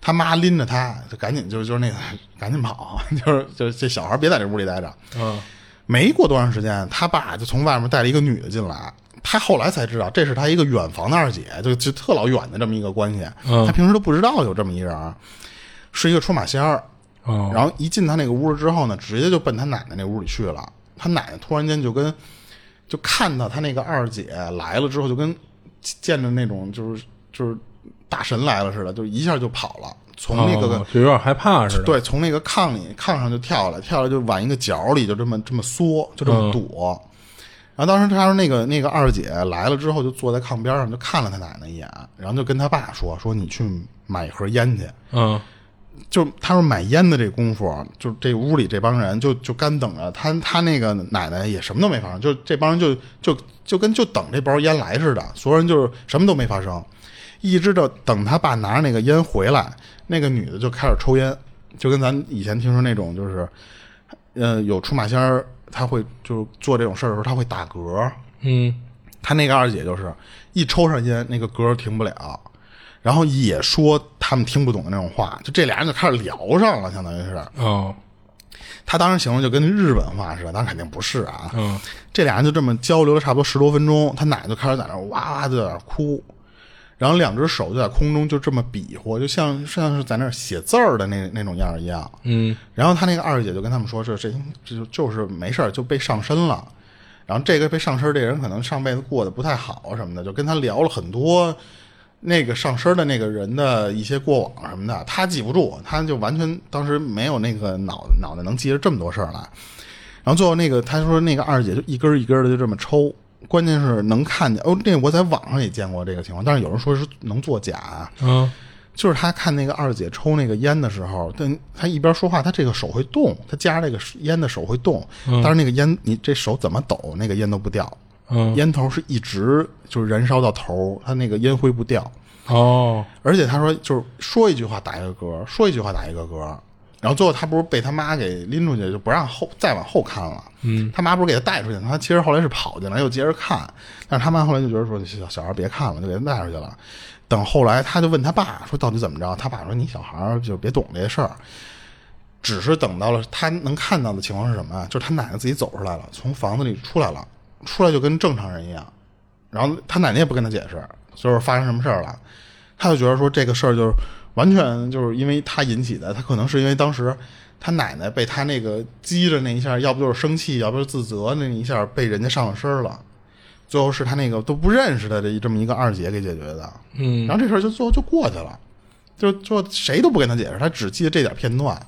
Speaker 2: 他妈拎着他就赶紧就就那个赶紧跑， 就是就是这小孩别在这屋里待着。
Speaker 3: 嗯
Speaker 2: 没过多长时间，他爸就从外面带了一个女的进来。他后来才知道，这是他一个远房的二姐，就就特老远的这么一个关系。
Speaker 3: 嗯
Speaker 2: 他平时都不知道有这么一人儿，是一个出马仙儿。
Speaker 3: 哦
Speaker 2: 然后一进他那个屋之后呢，直接就奔他奶奶那屋里去了。他奶奶突然间就跟就看到他那个二姐来了之后，就跟见着那种就是就是大神来了似的，就一下就跑了，从那个、
Speaker 3: 哦就有点害怕似的，
Speaker 2: 对，从那个炕里炕上就跳下来，跳下来就往一个角里就这么这么缩，就这么躲。然后当时他说那个那个二姐来了之后，就坐在炕边上就看了他奶奶一眼，然后就跟他爸说说你去买一盒烟去。
Speaker 3: 嗯
Speaker 2: 就他说买烟的这功夫，啊就这屋里这帮人就就干等着他，他那个奶奶也什么都没发生，就这帮人就就就跟就等这包烟来似的，所有人就是什么都没发生，一直到等他爸拿着那个烟回来，那个女的就开始抽烟，就跟咱以前听说那种就是，呃，有出马仙儿他会就是做这种事儿的时候他会打嗝，
Speaker 3: 嗯
Speaker 2: 他那个二姐就是一抽上烟，那个歌儿停不了，然后也说他们听不懂的那种话，就这俩人就开始聊上了，相当于是。
Speaker 3: 哦
Speaker 2: 他当时形容就跟日本话似的，当然肯定不是啊。
Speaker 3: 嗯
Speaker 2: 这俩人就这么交流了差不多十多分钟，他奶奶就开始在那儿哇哇就在那儿哭，然后两只手就在空中就这么比划，就像像是在那儿写字儿的那那种样儿一样。
Speaker 3: 嗯
Speaker 2: 然后他那个二姐就跟他们说，这这这就就是没事儿就被上身了。然后这个被上身这人可能上辈子过得不太好什么的，就跟他聊了很多那个上身的那个人的一些过往什么的，他记不住，他就完全当时没有那个脑脑袋能记着这么多事儿来。然后最后那个他说那个二姐就一根儿一根儿的就这么抽，关键是能看见哦，那我在网上也见过这个情况，但是有人说是能作假啊，
Speaker 3: 嗯，
Speaker 2: 就是他看那个二姐抽那个烟的时候，但他一边说话，他这个手会动，他夹这个烟的手会动，但是那个烟你这手怎么抖，那个烟都不掉，
Speaker 3: 嗯
Speaker 2: 烟头是一直就是燃烧到头，它那个烟灰不掉，
Speaker 3: 哦，
Speaker 2: 而且他说就是说一句话打一个嗝，说一句话打一个嗝，然后最后他不是被他妈给拎出去，就不让后再往后看了。嗯，他妈不是给他带出去了，他其实后来是跑进来又接着看，但是他妈后来就觉得说小小孩别看了，就给他带出去了。等后来他就问他爸说到底怎么着，他爸说你小孩儿就别懂这些事儿。只是等到了他能看到的情况是什么啊？就是他奶奶自己走出来了，从房子里出来了，出来就跟正常人一样。然后他奶奶也不跟他解释，就是发生什么事儿了，他就觉得说这个事儿就是完全就是因为他引起的，他可能是因为当时他奶奶被他那个激着那一下，要不就是生气，要不就是自责那一下被人家上了身儿了。最后是他那个都不认识的这这么一个二姐给解决的，嗯，然后这事儿就最后就过去了，就就谁都不跟他解释，他只记得这点片段。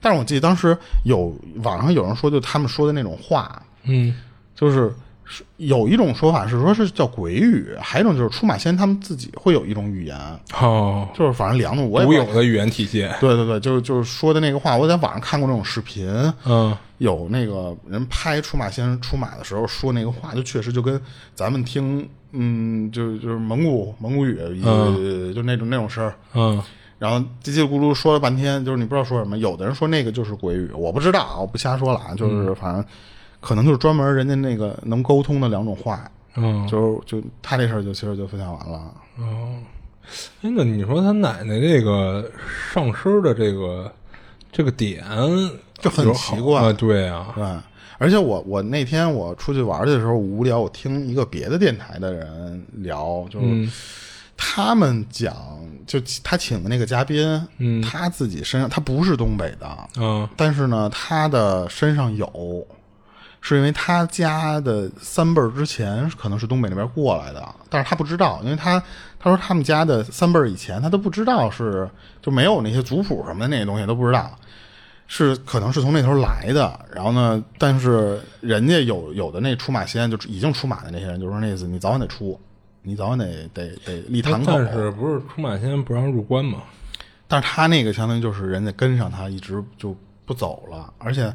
Speaker 2: 但是我记得当时有网上有人说，就他们说的那种话，
Speaker 3: 嗯，
Speaker 2: 就是是有一种说法是说是叫鬼语，还有一种就是出马仙他们自己会有一种语言，
Speaker 3: 哦，
Speaker 2: 就是反正两种我也不
Speaker 3: 独
Speaker 2: 知道
Speaker 3: 有的语言体系，
Speaker 2: 对对对，就是就是说的那个话，我在网上看过那种视频，
Speaker 3: 嗯，
Speaker 2: 有那个人拍出马先生出马的时候说那个话，就确实就跟咱们听，嗯，就就是蒙古蒙古语，
Speaker 3: 嗯
Speaker 2: 就那种那种声儿。
Speaker 3: 嗯，
Speaker 2: 然后叽叽咕噜说了半天，就是你不知道说什么。有的人说那个就是鬼语，我不知道啊，我不瞎说了啊，就是反正可能就是专门人家那个能沟通的两种话。
Speaker 3: 嗯
Speaker 2: 就是就他这事儿就其实就分享完了。
Speaker 3: 哎，那你说他奶奶这个上身的这个这个点
Speaker 2: 就很
Speaker 3: 有好
Speaker 2: 奇怪
Speaker 3: 啊，对啊，
Speaker 2: 对，而且我我那天我出去玩去的时候无聊，我听一个别的电台的人聊，就是他们讲，就他请的那个嘉宾，嗯，他自己身上他不是东北的，
Speaker 3: 嗯
Speaker 2: 但是呢，他的身上有，是因为他家的三辈儿之前可能是东北那边过来的，但是他不知道，因为他他说他们家的三辈儿以前他都不知道是就没有那些族谱什么的那些东西都不知道，是可能是从那头来的。然后呢，但是人家有有的那出马仙就是已经出马的那些人就说那意思你早晚得出，你早晚得得得立堂口。
Speaker 3: 但是不是出马仙不让入关嘛？
Speaker 2: 但是他那个相当于就是人家跟上他，一直就不走了，而且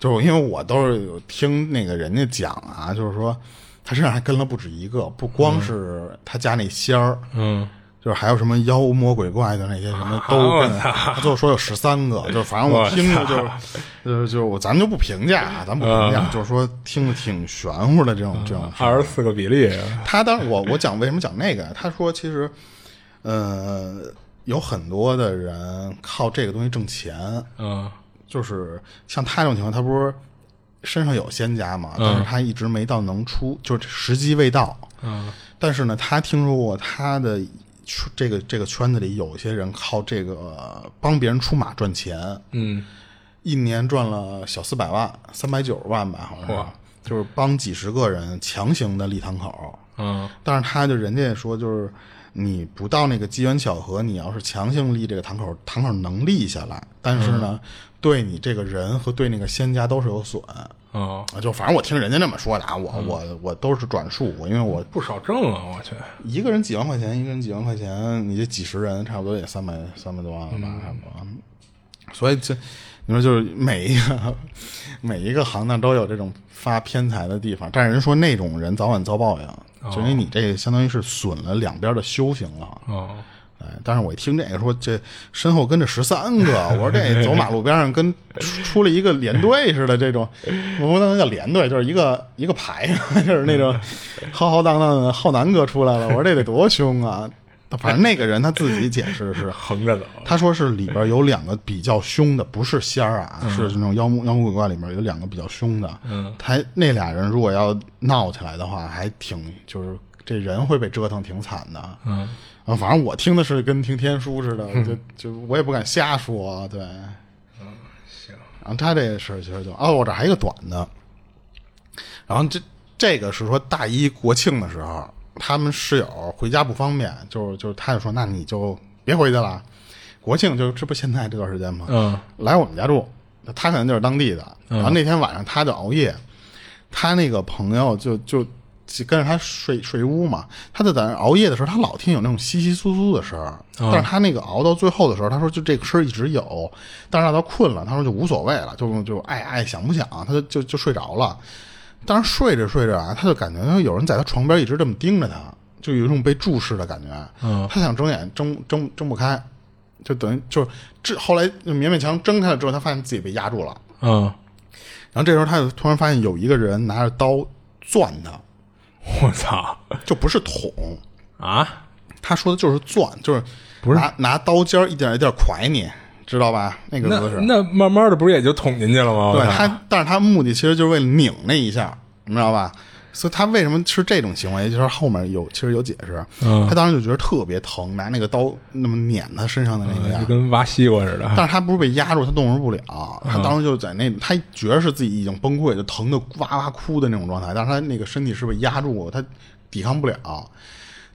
Speaker 2: 就是因为我都是有听那个人家讲啊，就是说他身上还跟了不止一个，不光是他家那仙儿，
Speaker 3: 嗯，
Speaker 2: 就是还有什么妖魔鬼怪的那些什么都跟，他最后说有十三个，就是反正啊我听着就是，就是就是我咱们就不评价啊，啊咱们不评价，就是说听着挺玄乎的这种这种事儿
Speaker 3: 二十四个比例，啊
Speaker 2: 他当我 我讲为什么讲那个呀？他说其实，呃，有很多的人靠这个东西挣钱，
Speaker 3: 嗯
Speaker 2: 就是像他这种情况，他不是身上有仙家嘛，但是他一直没到能出，就是时机未到。
Speaker 3: 嗯，
Speaker 2: 但是呢，他听说过他的出这个这个圈子里有一些人靠这个呃帮别人出马赚钱，
Speaker 3: 嗯，
Speaker 2: 一年赚了小四百万，三百九十万吧，好像是
Speaker 3: 哇，
Speaker 2: 就是帮几十个人强行的立堂口。
Speaker 3: 嗯
Speaker 2: 但是他就人家也说，就是你不到那个机缘巧合，你要是强行立这个堂口，堂口能立下来，但是呢，对你这个人和对那个仙家都是有损。啊，
Speaker 3: 哦，
Speaker 2: 就反正我听人家那么说的啊，我我我都是转述，我因为我
Speaker 3: 不少挣啊，我去，
Speaker 2: 一个人几万块钱，一个人几万块钱，你这几十人差不多也三百三百多万了吧，差不多。所以这你说就是每一个每一个行当都有这种发偏财的地方，但是人说那种人早晚遭报应，就因为你这相当于是损了两边的修行了。
Speaker 3: 哦，
Speaker 2: 哎，但是我一听这个说这身后跟着十三个，我说这走马路边上跟出出了一个连队似的，这种我不能叫连队，就是一个一个排， 就是那种浩浩荡荡的浩南哥出来了，我说这得多凶啊！反正那个人他自己解释是，
Speaker 3: 横着走，
Speaker 2: 他说是里边有两个比较凶的，不是仙儿啊，是那种妖魔妖魔鬼怪里面有两个比较凶的。嗯，他那俩人如果要闹起来的话，还挺就是这人会被折腾挺惨的。嗯，啊，反正我听的是跟听天书似的， 就就我也不敢瞎说。对，嗯，行。然后他这个事儿其实就哦，我这还有一个短的，然后这这个是说大一国庆的时候，他们室友回家不方便，就就他就说，那你就别回去了。国庆就这不现在这段时间吗？
Speaker 3: 嗯，
Speaker 2: 来我们家住，他可能就是当地的。然后那天晚上他就熬夜，他那个朋友就就就跟着他睡睡屋嘛，他就在那熬夜的时候，他老听有那种窸窸窣窣的声儿，但是他那个熬到最后的时候，他说就这个声儿一直有，但是让他困了，他说就无所谓了，就就爱爱想不想，他就就就睡着了。但是睡着睡着啊，他就感觉有人在他床边一直这么盯着他，就有一种被注视的感觉。嗯，他想睁眼睁睁睁不开，就等于就是这后来就勉勉强睁开了之后，他发现自己被压住了。
Speaker 3: 嗯，
Speaker 2: 然后这时候他就突然发现有一个人拿着刀攥他，
Speaker 3: 我操
Speaker 2: 就不是捅，
Speaker 3: 啊！
Speaker 2: 他说的就是攥，就是不是拿拿刀尖儿一点一点蒯你，知道吧？那个
Speaker 3: 那
Speaker 2: 姿势。
Speaker 3: 那慢慢的不是也就捅进去了吗？我
Speaker 2: 对
Speaker 3: 操
Speaker 2: 他，但是他目的其实就是为了拧那一下，你知道吧？所以他为什么是这种行为，就是后面有其实有解释。他当时就觉得特别疼，拿那个刀那么碾他身上的那个样
Speaker 3: 嗯就。跟挖西瓜似的。
Speaker 2: 但是他不是被压住，他动弹不了。他当时就在那，他觉得是自己已经崩溃，就疼的哇哇哭的那种状态。但是他那个身体是被压住，他抵抗不了，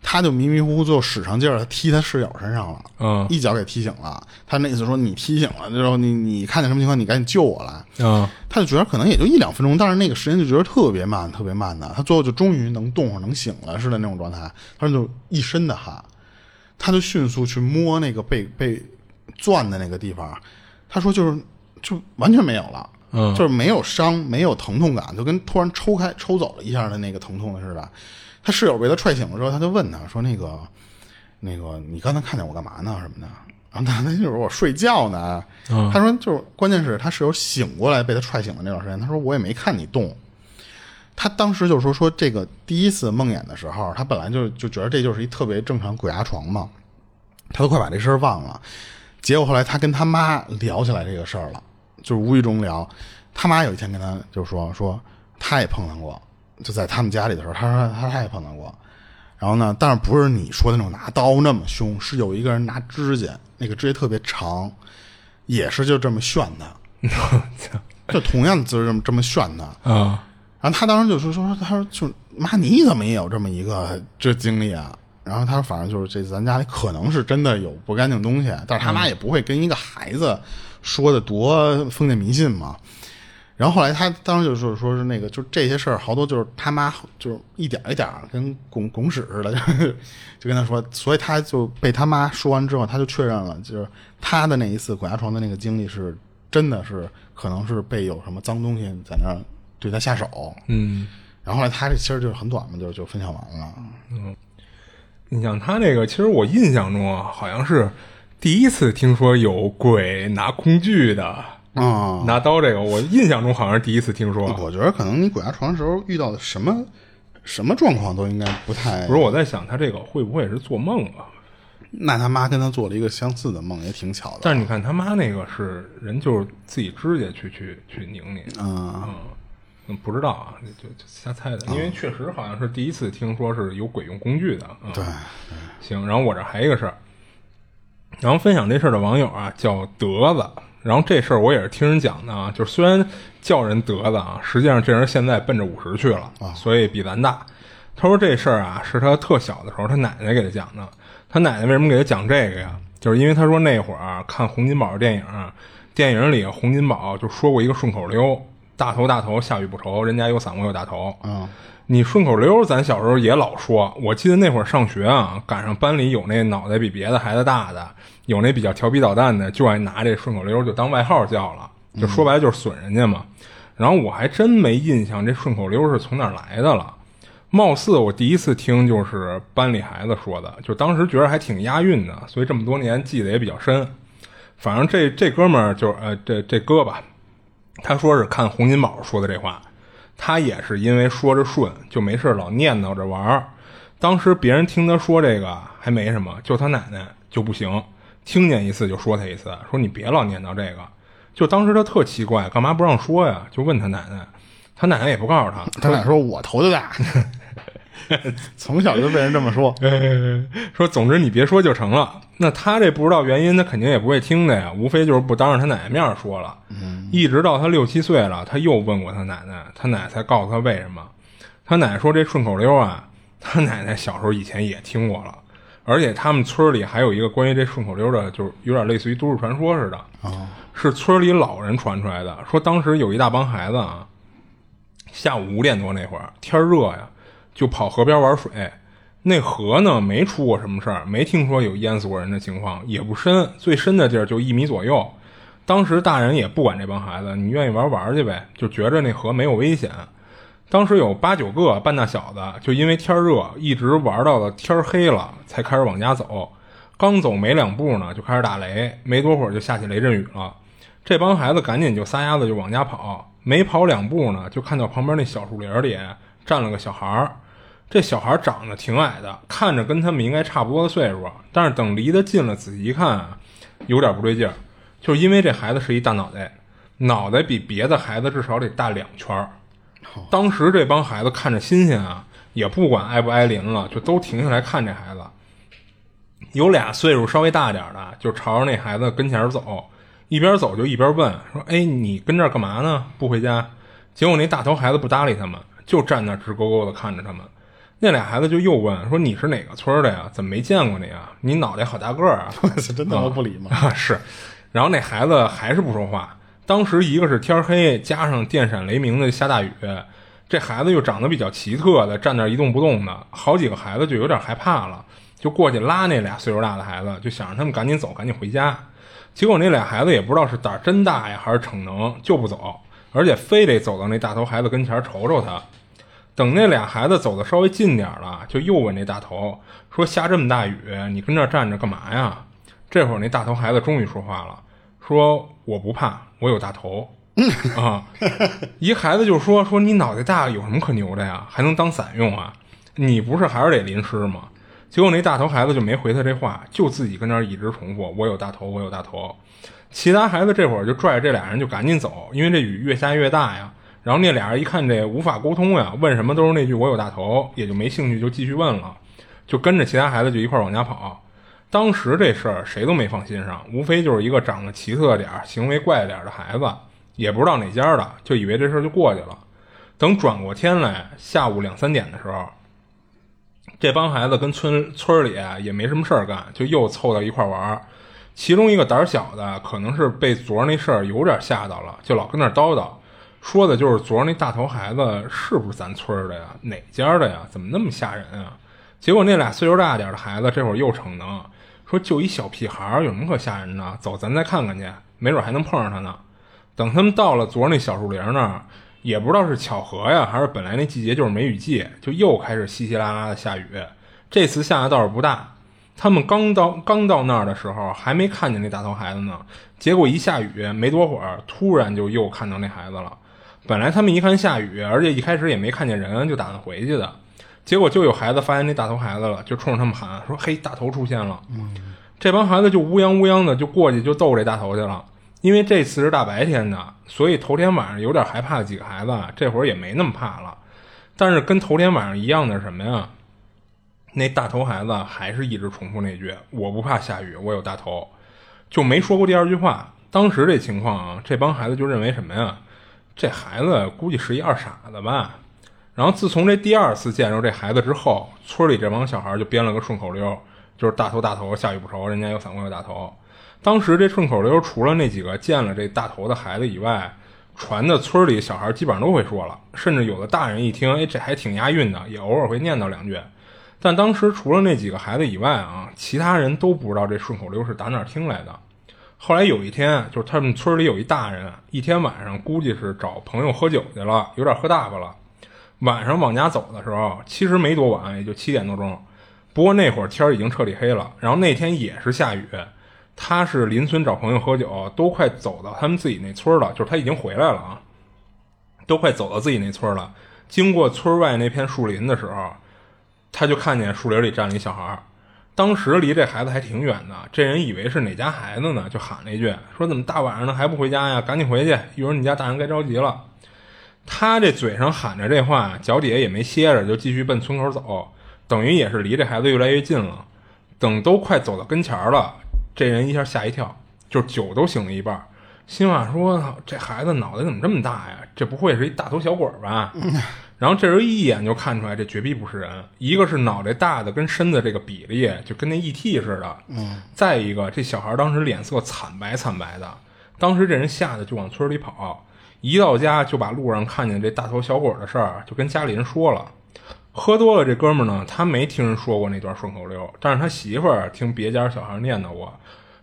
Speaker 2: 他就迷迷糊糊，最后使上劲儿，他踢他室友身上了，
Speaker 3: 嗯
Speaker 2: 一脚给踢醒了。他那意思说，你踢醒了之后，你你看见什么情况，你赶紧救我来。
Speaker 3: 嗯
Speaker 2: 他就觉得可能也就一两分钟，但是那个时间就觉得特别慢，特别慢的。他最后就终于能动会儿、能醒了似的那种状态，他就一身的汗，他就迅速去摸那个被被攥的那个地方，他说就是就完全没有了，
Speaker 3: 嗯
Speaker 2: 就是没有伤，没有疼痛感，就跟突然抽开抽走了一下的那个疼痛似的。他室友被他踹醒了之后，他就问他说：“那个那个，你刚才看见我干嘛呢？什么的？”然后他那就是我睡觉呢。他说就是，关键是他室友醒过来被他踹醒的那段时间，他说我也没看你动。他当时就说说这个第一次梦魇的时候，他本来就就觉得这就是一特别正常鬼压床嘛，他都快把这事儿忘了。结果后来他跟他妈聊起来这个事儿了，就是无意中聊，他妈有一天跟他就说说他也碰到过，就在他们家里的时候，他说他他也碰到过。然后呢，但是不是你说的那种拿刀那么凶，是有一个人拿指甲，那个指甲特别长，也是就这么炫他，就同样的姿势这么这么炫他。
Speaker 3: 啊
Speaker 2: 然后他当时就说说说，他说就妈，你怎么也有这么一个这经历啊？然后他说，反正就是这咱家里可能是真的有不干净东西，但是他妈也不会跟一个孩子说的多封建迷信嘛。然后后来他当时就说说是那个，就这些事儿好多就是他妈就是一点一点儿跟拱拱屎似的， 就是就跟他说，所以他就被他妈说完之后，他就确认了，就是他的那一次鬼压床的那个经历是真的是可能是被有什么脏东西在那儿对他下手，
Speaker 3: 嗯，
Speaker 2: 然后后来他这其实就是很短嘛，就就分享完了。
Speaker 3: 你想他那个，其实我印象中啊，好像是第一次听说有鬼拿工具的，
Speaker 2: 啊、
Speaker 3: 拿刀这个，我印象中好像是第一次听说。
Speaker 2: 我觉得可能你鬼压床的时候遇到的什么什么状况都应该不太
Speaker 3: 不是，我在想他这个会不会是做梦啊？
Speaker 2: 那他妈跟他做了一个相似的梦，也挺巧的。
Speaker 3: 但是你看他妈那个是人，就是自己指甲去去去拧你，
Speaker 2: 嗯，
Speaker 3: 嗯，不知道啊，就就就瞎猜的，因为确实好像是第一次听说是有鬼用工具的。嗯、
Speaker 2: 对，
Speaker 3: 行，然后我这还有一个事儿，然后分享这事儿的网友啊叫德子，然后这事儿我也是听人讲的啊，就是虽然叫人德子啊，实际上这人现在奔着五十去了，所以比咱大。他说这事儿啊是他特小的时候，他奶奶给他讲的。他奶奶为什么给他讲这个呀？就是因为他说那会儿、啊、看洪金宝的电影啊、电影里洪金宝就说过一个顺口溜：“大头大头，下雨不愁，人家有伞我有大头。”
Speaker 2: 嗯，
Speaker 3: 你顺口溜，咱小时候也老说。我记得那会儿上学啊，赶上班里有那脑袋比别的孩子大的，有那比较调皮捣蛋的，就爱拿这顺口溜就当外号叫了，就说白了就是损人家嘛。然后我还真没印象这顺口溜是从哪儿来的了，貌似我第一次听就是班里孩子说的，就当时觉得还挺押韵的，所以这么多年记得也比较深。反正这这哥们儿就是呃这这哥吧，他说是看洪金宝说的这话，他也是因为说着顺，就没事老念叨着玩儿。当时别人听他说这个还没什么，就他奶奶就不行，听见一次就说他一次，说你别老念叨这个。就当时他特奇怪，干嘛不让说呀？就问他奶奶，他奶奶也不告诉他，
Speaker 2: 他俩说我头就大，从小就被人这么说。
Speaker 3: 说总之你别说就成了。那他这不知道原因，他肯定也不会听的呀，无非就是不当着他奶奶面儿说了。一直到他六七岁了，他又问过他奶奶，他奶奶才告诉他为什么。他奶奶说这顺口溜啊，他奶奶小时候以前也听过了，而且他们村里还有一个关于这顺口溜的，就是有点类似于都市传说似的，是村里老人传出来的，说当时有一大帮孩子啊，下午五点多那会儿天儿热呀，就跑河边玩水。那河呢没出过什么事儿，没听说有淹死过人的情况，也不深，最深的地儿就一米左右。当时大人也不管这帮孩子，你愿意玩玩去呗，就觉着那河没有危险。当时有八九个半大小子，就因为天儿热，一直玩到了天儿黑了，才开始往家走。刚走没两步呢，就开始打雷，没多会儿就下起雷阵雨了。这帮孩子赶紧就撒丫子就往家跑，没跑两步呢，就看到旁边那小树林里站了个小孩儿。这小孩长得挺矮的，看着跟他们应该差不多的岁数，但是等离得近了，仔细一看啊，有点不对劲儿，就是因为这孩子是一大脑袋，脑袋比别的孩子至少得大两圈儿。当时这帮孩子看着新鲜啊，也不管挨不挨邻了，就都停下来看这孩子。有俩岁数稍微大点儿的，就朝着那孩子跟前儿走，一边走就一边问说：“哎，你跟这儿干嘛呢？不回家？”结果那大头孩子不搭理他们，就站那儿直勾勾的看着他们。那俩孩子就又问说：“你是哪个村儿的呀？怎么没见过你啊？你脑袋好大个儿啊！”
Speaker 2: 真他妈不礼貌。
Speaker 3: 啊，是。然后那孩子还是不说话。当时一个是天儿黑，加上电闪雷鸣的下大雨，这孩子又长得比较奇特的，站那儿一动不动的，好几个孩子就有点害怕了，就过去拉那俩岁数大的孩子，就想让他们赶紧走，赶紧回家。结果那俩孩子也不知道是胆儿真大呀，还是逞能，就不走，而且非得走到那大头孩子跟前儿瞅瞅他。等那俩孩子走的稍微近点儿了，就又问那大头说：“下这么大雨，你跟这儿站着干嘛呀？”这会儿那大头孩子终于说话了，说：“我不怕，我有大头。”啊，一孩子就说：“说你脑袋大，有什么可牛的呀？还能当伞用啊？你不是还是得淋湿吗？”结果那大头孩子就没回他这话，就自己跟那儿一直重复：“我有大头，我有大头。”其他孩子这会儿就拽着这俩人就赶紧走，因为这雨越下越大呀。然后那俩人一看这无法沟通呀，问什么都是那句“我有大头”，也就没兴趣就继续问了，就跟着其他孩子就一块儿往家跑。当时这事儿谁都没放心上，无非就是一个长得奇特点儿、行为怪点儿的孩子，也不知道哪家的，就以为这事儿就过去了。等转过天来，下午两三点的时候，这帮孩子跟村村里啊也没什么事儿干，就又凑到一块儿玩儿。其中一个胆儿小的，可能是被昨儿那事儿有点吓到了，就老跟那儿叨叨，说的就是昨儿那大头孩子是不是咱村儿的呀？哪家儿的呀？怎么那么吓人啊？结果那俩岁数大点儿的孩子，这会儿又逞能，说就一小屁孩儿，有什么可吓人的？走，咱再看看去，没准还能碰上他呢。等他们到了昨儿那小树林那儿，也不知道是巧合呀，还是本来那季节就是梅雨季，就又开始稀稀拉拉的下雨。这次下的倒是不大，他们刚到刚到那儿的时候，还没看见那大头孩子呢。结果一下雨没多会儿，突然就又看到那孩子了。本来他们一看下雨，而且一开始也没看见人，就打算回去的。结果就有孩子发现那大头孩子了，就冲着他们喊说：“嘿，大头出现了！”这帮孩子就乌泱乌泱的就过去就逗这大头去了。因为这次是大白天的，所以头天晚上有点害怕的几个孩子啊，这会儿也没那么怕了。但是跟头天晚上一样的是什么呀？那大头孩子还是一直重复那句：“我不怕下雨，我有大头。”就没说过第二句话。当时这情况啊，这帮孩子就认为什么呀？这孩子估计是一二傻子吧。然后自从这第二次见着这孩子之后，村里这帮小孩就编了个顺口溜，就是大头大头，下雨不愁，人家有伞我有大头。当时这顺口溜除了那几个见了这大头的孩子以外，传的村里小孩基本上都会说了，甚至有的大人一听，哎，这还挺押韵的，也偶尔会念叨两句。但当时除了那几个孩子以外啊，其他人都不知道这顺口溜是打哪儿听来的。后来有一天，就是他们村里有一大人，啊一天晚上估计是找朋友喝酒去了，有点喝大发了。晚上往家走的时候，其实没多晚，也就七点多钟。不过那会儿天儿已经彻底黑了，然后那天也是下雨。他是邻村找朋友喝酒，都快走到他们自己那村儿了，就是他已经回来了啊，都快走到自己那村儿了。经过村外那片树林的时候，他就看见树林里站了一小孩儿。当时离这孩子还挺远的，这人以为是哪家孩子呢，就喊了一句：“说怎么大晚上的还不回家呀？赶紧回去，一会儿你家大人该着急了。”他这嘴上喊着这话，脚底下也没歇着，就继续奔村口走，等于也是离这孩子越来越近了。等都快走到跟前儿了，这人一下吓一跳，就是酒都醒了一半儿，心话说：“这孩子脑袋怎么这么大呀？这不会是一大头小鬼儿吧？”然后这人一眼就看出来，这绝壁不是人。一个是脑袋大的跟身子这个比例就跟那 ET 似的，嗯。再一个，这小孩当时脸色惨白惨白的，当时这人吓得就往村里跑，一到家就把路上看见这大头小鬼的事儿就跟家里人说了。喝多了，这哥们儿呢，他没听人说过那段顺口溜，但是他媳妇儿啊听别家小孩念叨过。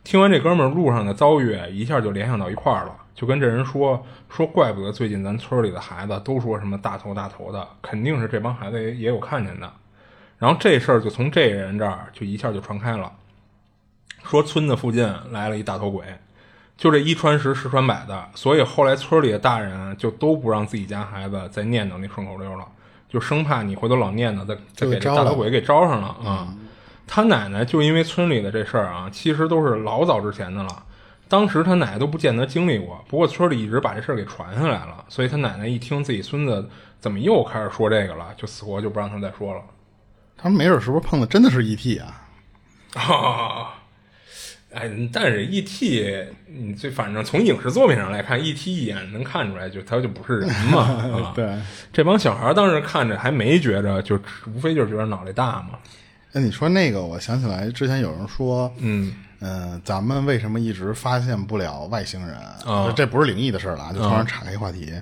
Speaker 3: 听完这哥们儿路上的遭遇，一下就联想到一块儿了，就跟这人说说，怪不得最近咱村里的孩子都说什么大头大头的，肯定是这帮孩子也也有看见的。然后这事儿就从这人这儿就一下就传开了，说村子附近来了一大头鬼，就这一传十，十传百的，所以后来村里的大人就都不让自己家孩子再念叨那顺口溜了，就生怕你回头老念叨，再再给这大头鬼给招上了啊。他奶奶就因为村里的这事儿啊，其实都是老早之前的了。当时他奶奶都不见得经历过，不过村里一直把这事儿给传下来了，所以他奶奶一听自己孙子怎么又开始说这个了，就死活就不让他再说了。
Speaker 2: 他们没准是不是碰的真的是 ET 啊？
Speaker 3: 啊， 哎，但是 E.T. 你最反正从影视作品上来看，E.T. 一眼能看出来就他就不是人 嘛。啊
Speaker 2: 对，
Speaker 3: 这帮小孩儿当时看着还没觉着，就无非就是觉得脑袋大嘛。
Speaker 2: 哎，你说那个，我想起来之前有人说，
Speaker 3: 嗯
Speaker 2: 嗯、咱们为什么一直发现不了外星人？啊，这不是灵异的事儿了啊，就突然岔开一话题。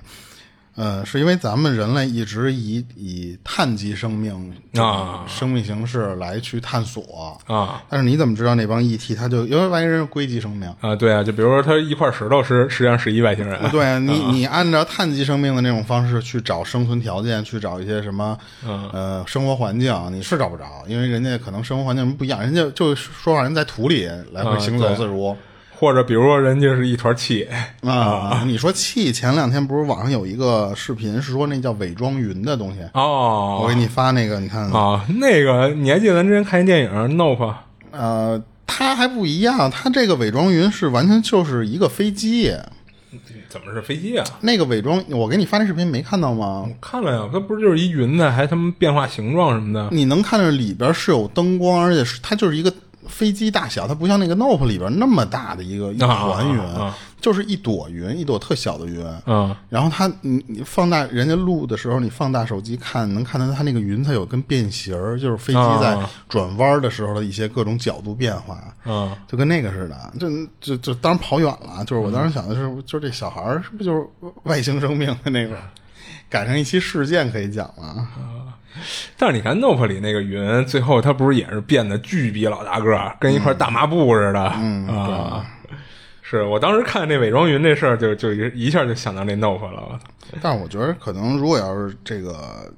Speaker 2: 呃，是因为咱们人类一直以以碳基生命
Speaker 3: 啊
Speaker 2: 生命形式来去探索
Speaker 3: 啊。
Speaker 2: 但是你怎么知道那帮 ET 他就因为外星人是硅基生命？
Speaker 3: 啊，对啊，就比如说他一块石头是实际上是一外星人，
Speaker 2: 对啊，你你按照碳基生命的那种方式去找生存条件，去找一些什么，
Speaker 3: 嗯
Speaker 2: 呃，生活环境，你是找不着，因为人家可能生活环境不一样，人家就说话人在土里来回行走
Speaker 3: 啊对
Speaker 2: 自如
Speaker 3: 或者比如说人家是一团气，
Speaker 2: 啊。你说气，前两天不是网上有一个视频是说那叫伪装云的东西，我
Speaker 3: 哦
Speaker 2: 给你发那个，你看，
Speaker 3: 啊，那个你还记得咱之前看一电影《Nope》啊
Speaker 2: 呃，它还不一样，它这个伪装云是完全就是一个飞机，
Speaker 3: 怎么是飞机啊？
Speaker 2: 那个伪装，我给你发那视频没看到吗？
Speaker 3: 看了呀，它不是就是一云呢，还他妈变化形状什么的
Speaker 2: 你能看着里边是有灯光，而且是它就是一个飞机大小，它不像那个 Nope 里边那么大的一个一团云，
Speaker 3: 啊啊啊
Speaker 2: 就是一朵云，一朵特小的云。
Speaker 3: 嗯
Speaker 2: 然后它，你你放大人家录的时候，你放大手机看，能看到它那个云，它有跟变形儿，就是飞机在
Speaker 3: 啊
Speaker 2: 转弯的时候的一些各种角度变化，
Speaker 3: 嗯
Speaker 2: 就跟那个似的。就就就当然跑远了，就是我当时想的是，
Speaker 3: 嗯
Speaker 2: 就是这小孩儿是不是就是外星生命的那个？赶上一期事件可以讲了。
Speaker 3: 但是你看 Nope 里那个云，最后它不是也是变得巨逼老大个儿，跟一块大麻布似的。嗯啊，是我当时看那伪装云这事儿，就就一一下就想到那 Nope 了。我 操
Speaker 2: 但是我觉得可能如果要是这个，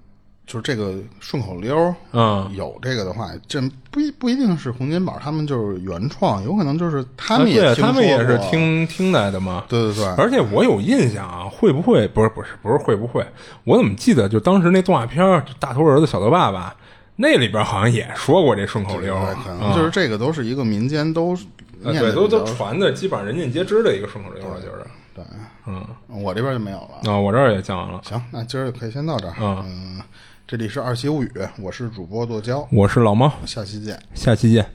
Speaker 2: 就是这个顺口溜，
Speaker 3: 嗯
Speaker 2: 有这个的话，这不一不一定是洪金宝他们就是原创，有可能就是他们
Speaker 3: 啊
Speaker 2: 也
Speaker 3: 对啊
Speaker 2: 听
Speaker 3: 他们也
Speaker 2: 说
Speaker 3: 是
Speaker 2: 过，
Speaker 3: 听听来的嘛。
Speaker 2: 对对对，
Speaker 3: 而且我有印象啊，会不会不是不是不是会不会？我怎么记得就当时那动画片儿《就大头儿子小头爸爸》那里边好像也说过这顺口溜，
Speaker 2: 对可能就是这个都是一个民间都
Speaker 3: 嗯啊
Speaker 2: 念
Speaker 3: 对，
Speaker 2: 的
Speaker 3: 都
Speaker 2: 比较
Speaker 3: 都传的基本上人尽皆知的一个顺口溜了，就是。
Speaker 2: 对，
Speaker 3: 嗯，
Speaker 2: 我这边就没有了。
Speaker 3: 啊，我这儿也讲完了。
Speaker 2: 行，那今儿就可以先到这儿。
Speaker 3: 嗯
Speaker 2: 嗯，这里是二七物语，我是主播剁椒，
Speaker 3: 我是老猫，
Speaker 2: 下期见。
Speaker 3: 下期见。